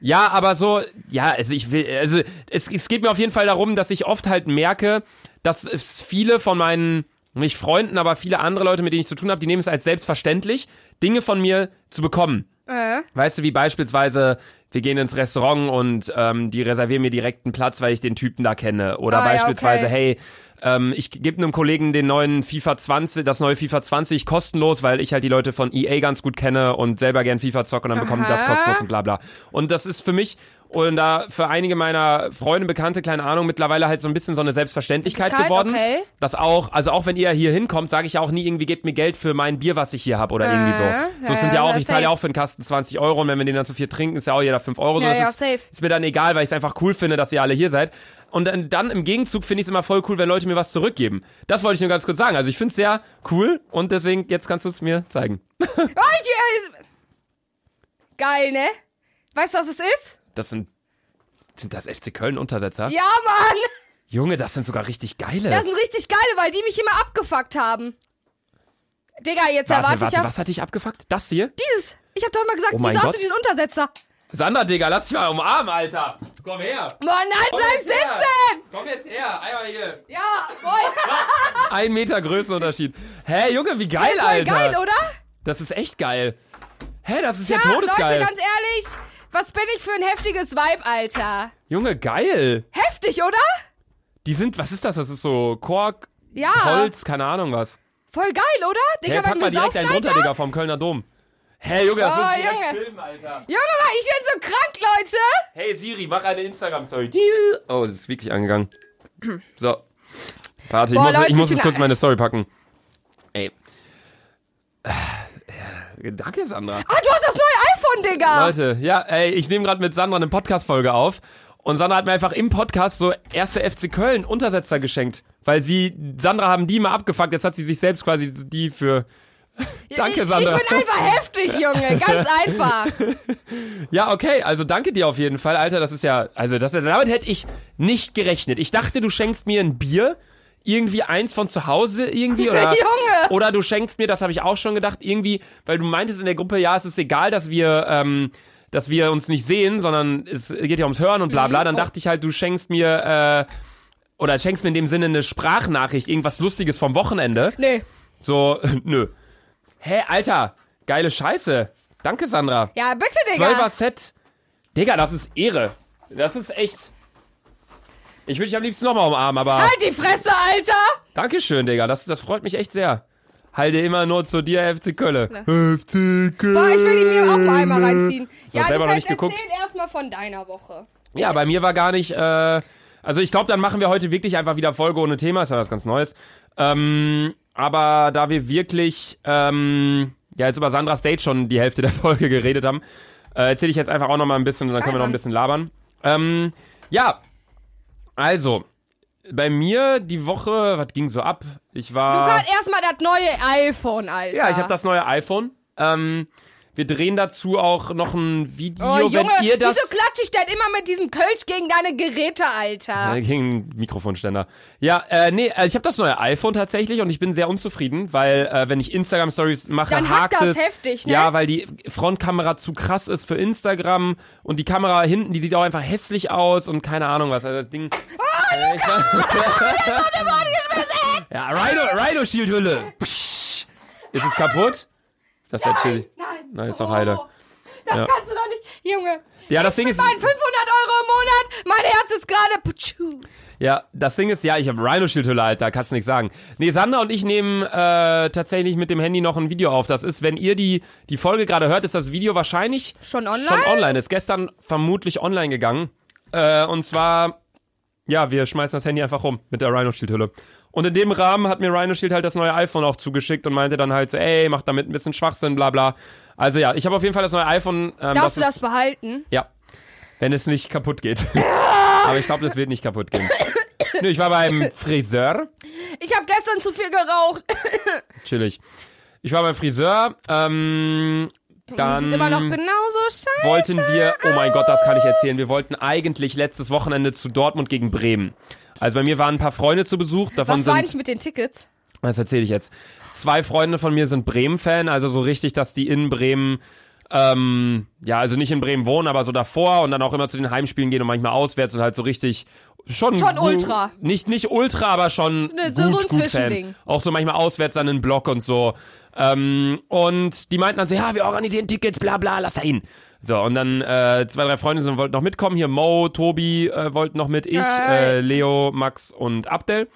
Speaker 1: Ja, aber so, ja, also ich will, also es, es geht mir auf jeden Fall darum, dass ich oft halt merke, dass es viele von meinen, nicht Freunden, aber viele andere Leute, mit denen ich zu tun habe, die nehmen es als selbstverständlich, Dinge von mir zu bekommen.
Speaker 2: Äh.
Speaker 1: Weißt du, wie beispielsweise, wir gehen ins Restaurant und ähm, die reservieren mir direkt einen Platz, weil ich den Typen da kenne. Oder
Speaker 2: Ah, ja,
Speaker 1: beispielsweise, hey,
Speaker 2: okay.
Speaker 1: ähm, ich gebe einem Kollegen den neuen FIFA 20, das neue FIFA 20 kostenlos, weil ich halt die Leute von EA ganz gut kenne und selber gern FIFA zocke und dann bekommen die das
Speaker 2: Aha.
Speaker 1: kostenlos und bla bla. Und das ist für mich und da für einige meiner Freunde, Bekannte, keine Ahnung, mittlerweile halt so ein bisschen so eine Selbstverständlichkeit
Speaker 2: Kalt,
Speaker 1: geworden.
Speaker 2: okay.
Speaker 1: Das auch, also auch wenn ihr hier hinkommt, sage ich ja auch nie irgendwie, gebt mir Geld für mein Bier, was ich hier habe oder irgendwie
Speaker 2: Ja,
Speaker 1: so. So
Speaker 2: Äh, ja,
Speaker 1: sind ja
Speaker 2: ja,
Speaker 1: auch, ich zahle ja
Speaker 2: safe.
Speaker 1: auch für einen Kasten 20 Euro und wenn wir den dann zu viel trinken, ist ja auch jeder 5 Euro. So,
Speaker 2: Ja,
Speaker 1: das
Speaker 2: ja,
Speaker 1: ist,
Speaker 2: safe.
Speaker 1: ist mir dann egal, weil ich es einfach cool finde, dass ihr alle hier seid. Und dann, dann im Gegenzug finde ich es immer voll cool, wenn Leute mir was zurückgeben. Das wollte ich nur ganz kurz sagen. Also ich finde es sehr cool und deswegen, jetzt kannst du es mir zeigen.
Speaker 2: Oh, ich, äh, ist- geil, ne? Weißt du, was es ist?
Speaker 1: Das sind, sind das FC Köln Untersetzer?
Speaker 2: Ja, Mann.
Speaker 1: Junge, das sind sogar richtig geile.
Speaker 2: Das sind richtig geile, weil die mich immer abgefuckt haben. Digga, jetzt
Speaker 1: warte,
Speaker 2: erwarte
Speaker 1: warte,
Speaker 2: ich ja
Speaker 1: was hat dich abgefuckt? Das hier?
Speaker 2: dieses. Ich hab doch mal gesagt,
Speaker 1: Oh mein
Speaker 2: wieso hast
Speaker 1: Gott.
Speaker 2: du diesen Untersetzer?
Speaker 1: Sandra, Digga, lass dich mal umarmen, Alter. Komm her.
Speaker 2: Boah, nein,
Speaker 1: Komm
Speaker 2: bleib
Speaker 1: jetzt her.
Speaker 2: sitzen!
Speaker 1: Komm jetzt her. Einmal hier.
Speaker 2: Ja, voll,
Speaker 1: Ein Meter Größenunterschied. Hä, Junge, wie geil,
Speaker 2: voll
Speaker 1: Alter.
Speaker 2: geil, oh oder?
Speaker 1: Das ist echt geil. Hä, das ist ja,
Speaker 2: Ja, Leute,
Speaker 1: todesgeil.
Speaker 2: ganz ehrlich, was bin ich für ein heftiges Vibe, Alter?
Speaker 1: Junge, geil.
Speaker 2: Heftig, oder?
Speaker 1: Die sind, was ist das? Das ist so Kork,
Speaker 2: Ja.
Speaker 1: Holz, keine Ahnung was.
Speaker 2: Voll geil, oder?
Speaker 1: Hä,
Speaker 2: Digga,
Speaker 1: pack
Speaker 2: bei
Speaker 1: mal
Speaker 2: mir
Speaker 1: direkt einen
Speaker 2: saufen,
Speaker 1: runter,
Speaker 2: Alter.
Speaker 1: Digga, vom Kölner Dom. Hä, Junge, das
Speaker 2: Oh,
Speaker 1: muss ich direkt
Speaker 2: Junge.
Speaker 1: filmen, Alter.
Speaker 2: Junge, Mann, ich bin so krank, Leute.
Speaker 1: Hey Siri, mach eine Instagram-Story. Oh, das ist wirklich angegangen. So. Warte, ich
Speaker 2: Boah,
Speaker 1: muss,
Speaker 2: Leute,
Speaker 1: ich muss
Speaker 2: ich
Speaker 1: jetzt
Speaker 2: bin-
Speaker 1: kurz meine Story packen. Ey. Äh, Danke, Sandra.
Speaker 2: Ah, du hast das neue iPhone, Digga.
Speaker 1: Leute, ja, ey, ich nehme gerade mit Sandra eine Podcast-Folge auf. Und Sandra hat mir einfach im Podcast so erste FC Köln Untersetzer geschenkt. Weil sie, Sandra haben die mal abgefuckt, jetzt hat sie sich selbst quasi die für. Danke,
Speaker 2: ich,
Speaker 1: Sandra.
Speaker 2: Ich bin einfach heftig, Junge. Ganz einfach.
Speaker 1: Ja, okay, also danke dir auf jeden Fall, Alter. Das ist ja, also das, damit hätte ich nicht gerechnet. Ich dachte, du schenkst mir ein Bier, irgendwie eins von zu Hause irgendwie oder
Speaker 2: Junge.
Speaker 1: oder du schenkst mir, das habe ich auch schon gedacht, irgendwie, weil du meintest in der Gruppe, ja, es ist egal, dass wir ähm, dass wir uns nicht sehen, sondern es geht ja ums Hören und bla bla. Dann dachte ich halt, du schenkst mir äh, oder schenkst mir in dem Sinne eine Sprachnachricht, irgendwas Lustiges vom Wochenende.
Speaker 2: Nee.
Speaker 1: So, nö. Hä, Alter, geile Scheiße. Danke, Sandra.
Speaker 2: Ja, bitte, Digga.
Speaker 1: 12er Set. Digga, das ist Ehre. Das ist echt. Ich würde dich am liebsten nochmal umarmen, aber
Speaker 2: Halt die Fresse, Alter.
Speaker 1: Dankeschön, Digga. Das, das freut mich echt sehr. Halte immer nur zu dir, FC Kölle. FC Kölle.
Speaker 2: Boah, ich will die mir auch mal einmal reinziehen. ja,
Speaker 1: selber
Speaker 2: du
Speaker 1: noch
Speaker 2: kannst
Speaker 1: nicht geguckt.
Speaker 2: erzählen erstmal von deiner Woche.
Speaker 1: Ja, bei mir war gar nicht. Äh, also ich glaube, dann machen wir heute wirklich einfach wieder Folge ohne Thema. Ist ja was ganz Neues. Ähm, aber da wir wirklich ähm, ja jetzt über Sandras Date schon die Hälfte der Folge geredet haben, äh, erzähle ich jetzt einfach auch noch mal ein bisschen und dann können wir noch ein
Speaker 2: Mann.
Speaker 1: bisschen labern. Ähm, ja, also bei mir die Woche, was ging so ab? Ich
Speaker 2: Du
Speaker 1: war
Speaker 2: kannst erstmal das neue iPhone, Alter.
Speaker 1: Ah. ja, ich habe das neue iPhone. Ähm, wir drehen dazu auch noch ein Video,
Speaker 2: Oh, Junge,
Speaker 1: wenn ihr das
Speaker 2: wieso klatsche ich denn immer mit diesem Kölsch gegen deine Geräte, Alter?
Speaker 1: Ja, Ne, Gegen den Mikrofonständer. Ja, äh, nee, also ich habe das neue iPhone tatsächlich und ich bin sehr unzufrieden, weil äh, wenn ich Instagram Stories mache,
Speaker 2: Dann hackt
Speaker 1: hakt
Speaker 2: das
Speaker 1: es.
Speaker 2: heftig, ne?
Speaker 1: Ja, weil die Frontkamera zu krass ist für Instagram und die Kamera hinten, die sieht auch einfach hässlich aus und keine Ahnung was. Also das Ding. Oh, äh, Luca! ja, Rhino, Rhino Shield Hülle. Psch. Ist es kaputt? Das ist ja chillig.
Speaker 2: nein.
Speaker 1: Nein, ist doch heile.
Speaker 2: Oh, das
Speaker 1: Ja.
Speaker 2: kannst du doch nicht. Junge,
Speaker 1: Ja, das Ding ist.
Speaker 2: mein 500 Euro im Monat, mein Herz ist gerade... Putschu.
Speaker 1: Ja, das Ding ist, ja, ich habe Rhino-Schildhülle, Alter, kannst nix sagen. Nee, Sandra und ich nehmen äh, tatsächlich mit dem Handy noch ein Video auf. Das ist, wenn ihr die, die Folge gerade hört, ist das Video wahrscheinlich
Speaker 2: Schon online?
Speaker 1: schon online. Ist gestern vermutlich online gegangen. Äh, und zwar, ja, wir schmeißen das Handy einfach rum mit der Rhino-Schildhülle. Und in dem Rahmen hat mir Rhino-Shield halt das neue iPhone auch zugeschickt und meinte dann halt so, ey, macht damit ein bisschen Schwachsinn, bla bla. Also ja, ich habe auf jeden Fall das neue iPhone. Ähm,
Speaker 2: Darfst du
Speaker 1: ist-
Speaker 2: das behalten?
Speaker 1: ja. Wenn es nicht kaputt geht. Aber ich glaube, das wird nicht kaputt gehen. Nö, ich war beim Friseur.
Speaker 2: Ich habe gestern zu viel geraucht.
Speaker 1: Chillig. Ich war beim Friseur. Ähm,
Speaker 2: Das ist immer noch
Speaker 1: dann
Speaker 2: genauso scheiße.
Speaker 1: wollten wir, oh mein Gott, das kann ich erzählen. Wir wollten eigentlich letztes Wochenende zu Dortmund gegen Bremen. Also bei mir waren ein paar Freunde zu Besuch. Davon
Speaker 2: Was
Speaker 1: sind
Speaker 2: war eigentlich mit den Tickets?
Speaker 1: Was erzähle ich jetzt? Zwei Freunde von mir sind Bremen-Fan, also so richtig, dass die in Bremen, ähm, ja, also nicht in Bremen wohnen, aber so davor und dann auch immer zu den Heimspielen gehen und manchmal auswärts und halt so richtig schon.
Speaker 2: Schon
Speaker 1: gu-
Speaker 2: ultra.
Speaker 1: Nicht, nicht ultra, aber schon.
Speaker 2: Ne,
Speaker 1: gut,
Speaker 2: so- so ein
Speaker 1: gut
Speaker 2: Zwischending.
Speaker 1: Fan. Auch so manchmal auswärts dann in den Block und so. Ähm, und die meinten dann so, ja, wir organisieren Tickets, bla bla, lass da hin. So, und dann äh, zwei, drei Freunde sind, wollten noch mitkommen. Hier Mo, Tobi äh, wollten noch mit, ich,
Speaker 2: Äh.
Speaker 1: äh, Leo, Max und Abdel.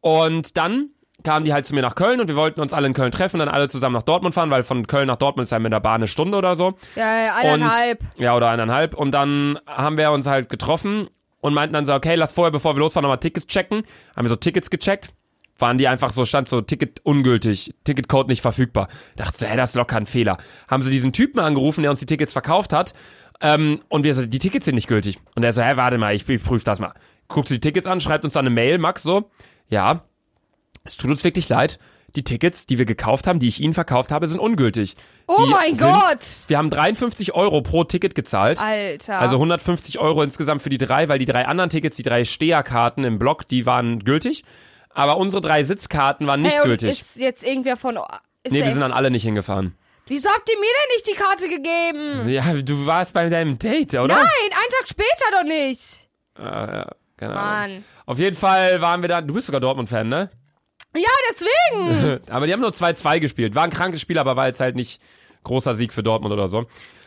Speaker 1: Und dann kamen die halt zu mir nach Köln und wir wollten uns alle in Köln treffen, dann alle zusammen nach Dortmund fahren, weil von Köln nach Dortmund ist halt mit der Bahn eine Stunde oder so.
Speaker 2: Ja, ja, eineinhalb.
Speaker 1: Und, ja, oder eineinhalb. Und dann haben wir uns halt getroffen und meinten dann so, okay, lass vorher, bevor wir losfahren, nochmal Tickets checken. Haben wir so Tickets gecheckt. Waren die einfach so, stand so Ticket ungültig, Ticketcode nicht verfügbar. Dachte so, hä, das ist locker ein Fehler. Haben sie diesen Typen angerufen, der uns die Tickets verkauft hat. Ähm, und wir so, die Tickets sind nicht gültig. Und er so, hä, warte mal, ich, ich prüfe das mal. Guckt sie die Tickets an, schreibt uns dann eine Mail, Max so, ja, es tut uns wirklich leid. die Tickets, die wir gekauft haben, die ich Ihnen verkauft habe, sind ungültig.
Speaker 2: Oh
Speaker 1: die
Speaker 2: mein
Speaker 1: sind,
Speaker 2: Gott!
Speaker 1: Wir haben 53 Euro pro Ticket gezahlt.
Speaker 2: Ah, Alter.
Speaker 1: Also 150 Euro insgesamt für die drei, weil die drei anderen Tickets, die drei Steherkarten im Block, die waren gültig. Aber unsere drei Sitzkarten waren nicht
Speaker 2: hey, und
Speaker 1: gültig.
Speaker 2: Ist jetzt irgendwer von. Ist
Speaker 1: Nee,
Speaker 2: der,
Speaker 1: wir sind dann alle nicht hingefahren.
Speaker 2: wieso habt ihr mir denn nicht die Karte gegeben?
Speaker 1: Ja, du warst bei deinem Date, oder?
Speaker 2: Nein, einen Tag später doch nicht.
Speaker 1: Keine Ahnung.
Speaker 2: Mann.
Speaker 1: Auf jeden Fall waren wir da. Du bist sogar Dortmund-Fan, ne?
Speaker 2: Ja, deswegen.
Speaker 1: Aber die haben nur 2-2 gespielt. War ein krankes Spiel, aber war jetzt halt nicht großer Sieg für Dortmund oder so.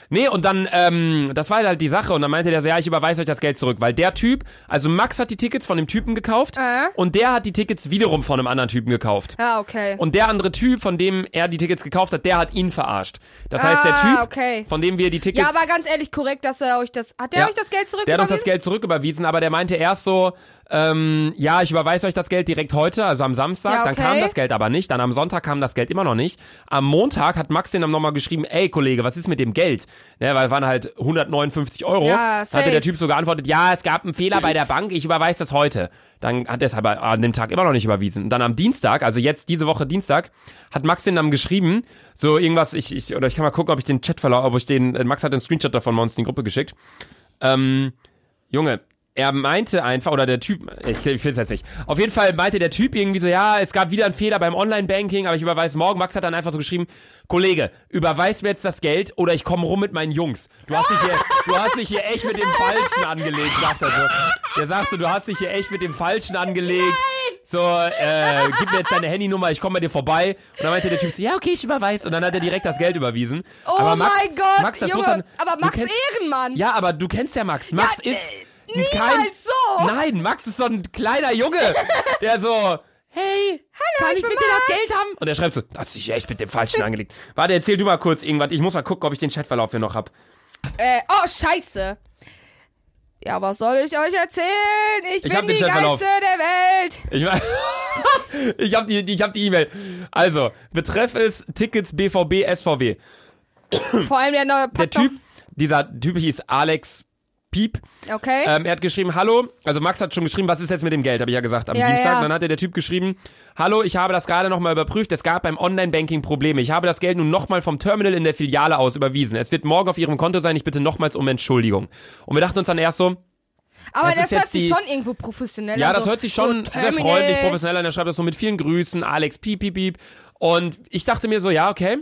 Speaker 1: Nee, und dann, ähm, das war halt die Sache. Und dann meinte der so, ja, ich überweise euch das Geld zurück. Weil der Typ, also Max hat die Tickets von dem Typen gekauft
Speaker 2: Äh.
Speaker 1: und der hat die Tickets wiederum von einem anderen Typen gekauft.
Speaker 2: ja, okay.
Speaker 1: Und der andere Typ, von dem er die Tickets gekauft hat, der hat ihn verarscht. Das heißt, der
Speaker 2: Ah,
Speaker 1: Typ,
Speaker 2: okay.
Speaker 1: von dem wir die Tickets...
Speaker 2: ja, aber ganz ehrlich, korrekt, dass er euch das. Hat der
Speaker 1: Ja.
Speaker 2: euch das Geld
Speaker 1: Der hat uns das
Speaker 2: zurückgebracht?
Speaker 1: Geld zurücküberwiesen, aber der meinte erst so, ähm, ja, ich überweise euch das Geld direkt heute, also am Samstag.
Speaker 2: Ja,
Speaker 1: Dann
Speaker 2: okay.
Speaker 1: kam das Geld aber nicht. Dann am Sonntag kam das Geld immer noch nicht. Am Montag hat Max den dann nochmal geschrieben, ey Kollege, was ist mit dem Geld? Ne, weil waren halt 159 Euro.
Speaker 2: Ja,
Speaker 1: Dann hatte der
Speaker 2: safe.
Speaker 1: Typ so geantwortet, ja, es gab einen Fehler bei der Bank, ich überweise das heute. Dann hat er es aber an dem Tag immer noch nicht überwiesen. Und dann am Dienstag, also jetzt diese Woche Dienstag, hat Max den dann geschrieben, so irgendwas, ich, ich, oder ich kann mal gucken, ob ich den Chat verlau, ob ich den, äh, Max hat den Screenshot davon bei uns in die Gruppe geschickt. Ähm, Junge, er meinte einfach, oder der Typ, ich, ich will es jetzt nicht. Auf jeden Fall meinte der Typ irgendwie so, ja, es gab wieder einen Fehler beim Online-Banking, aber ich überweise morgen. Max hat dann einfach so geschrieben, Kollege, überweis mir jetzt das Geld oder ich komme rum mit meinen Jungs. Du hast dich hier, du hast dich hier echt mit dem Falschen angelegt, sagt er so. Der sagt so, du hast dich hier echt mit dem Falschen angelegt. So, äh, gib mir jetzt deine Handynummer, ich komme bei dir vorbei. Und dann meinte der Typ so, ja, okay, ich überweise. Und dann hat er direkt das Geld überwiesen.
Speaker 2: oh
Speaker 1: aber Max,
Speaker 2: mein Gott,
Speaker 1: Max, das
Speaker 2: Junge.
Speaker 1: muss dann,
Speaker 2: aber
Speaker 1: du
Speaker 2: Max
Speaker 1: kennst-
Speaker 2: Ehrenmann.
Speaker 1: ja, aber du kennst ja Max. Max
Speaker 2: Ja,
Speaker 1: ist
Speaker 2: äh, niemals so.
Speaker 1: Nein, Max ist so ein kleiner Junge, der so Hey, kann ich
Speaker 2: ich bin
Speaker 1: bitte das Geld haben? Und er schreibt so, das ist echt mit dem Falschen angelegt. Warte, erzähl du mal kurz irgendwas. Ich muss mal gucken, ob ich den Chatverlauf hier noch hab.
Speaker 2: Äh, oh, scheiße. Ja, was soll ich euch erzählen? Ich,
Speaker 1: Ich hab
Speaker 2: bin
Speaker 1: den
Speaker 2: die
Speaker 1: Chat
Speaker 2: Geilste der Welt.
Speaker 1: Ich, mein, ich hab die, die- ich hab die E-Mail. Also, betreff es Tickets BVB SVW.
Speaker 2: Vor allem der
Speaker 1: Der
Speaker 2: neue Pakt
Speaker 1: Typ, dieser Typ hieß Alex Piep.
Speaker 2: Okay.
Speaker 1: Ähm, er hat geschrieben, hallo, also Max hat schon geschrieben, was ist jetzt mit dem Geld, habe ich ja gesagt, am
Speaker 2: Ja,
Speaker 1: Dienstag.
Speaker 2: ja.
Speaker 1: Dann hatte der Typ geschrieben, hallo, ich habe das gerade nochmal überprüft, es gab beim Online-Banking Probleme. Ich habe das Geld nun nochmal vom Terminal in der Filiale aus überwiesen. Es wird morgen auf Ihrem Konto sein, ich bitte nochmals um Entschuldigung. Und wir dachten uns dann erst so,
Speaker 2: aber
Speaker 1: das
Speaker 2: das,
Speaker 1: ist jetzt
Speaker 2: hört sich
Speaker 1: die-
Speaker 2: schon irgendwo professionell
Speaker 1: ja,
Speaker 2: an.
Speaker 1: das
Speaker 2: so,
Speaker 1: hört sich schon
Speaker 2: so
Speaker 1: sehr
Speaker 2: Terminal.
Speaker 1: freundlich, professionell an. Er schreibt das so mit vielen Grüßen, Alex, piep, piep, piep. Und ich dachte mir so, ja, okay.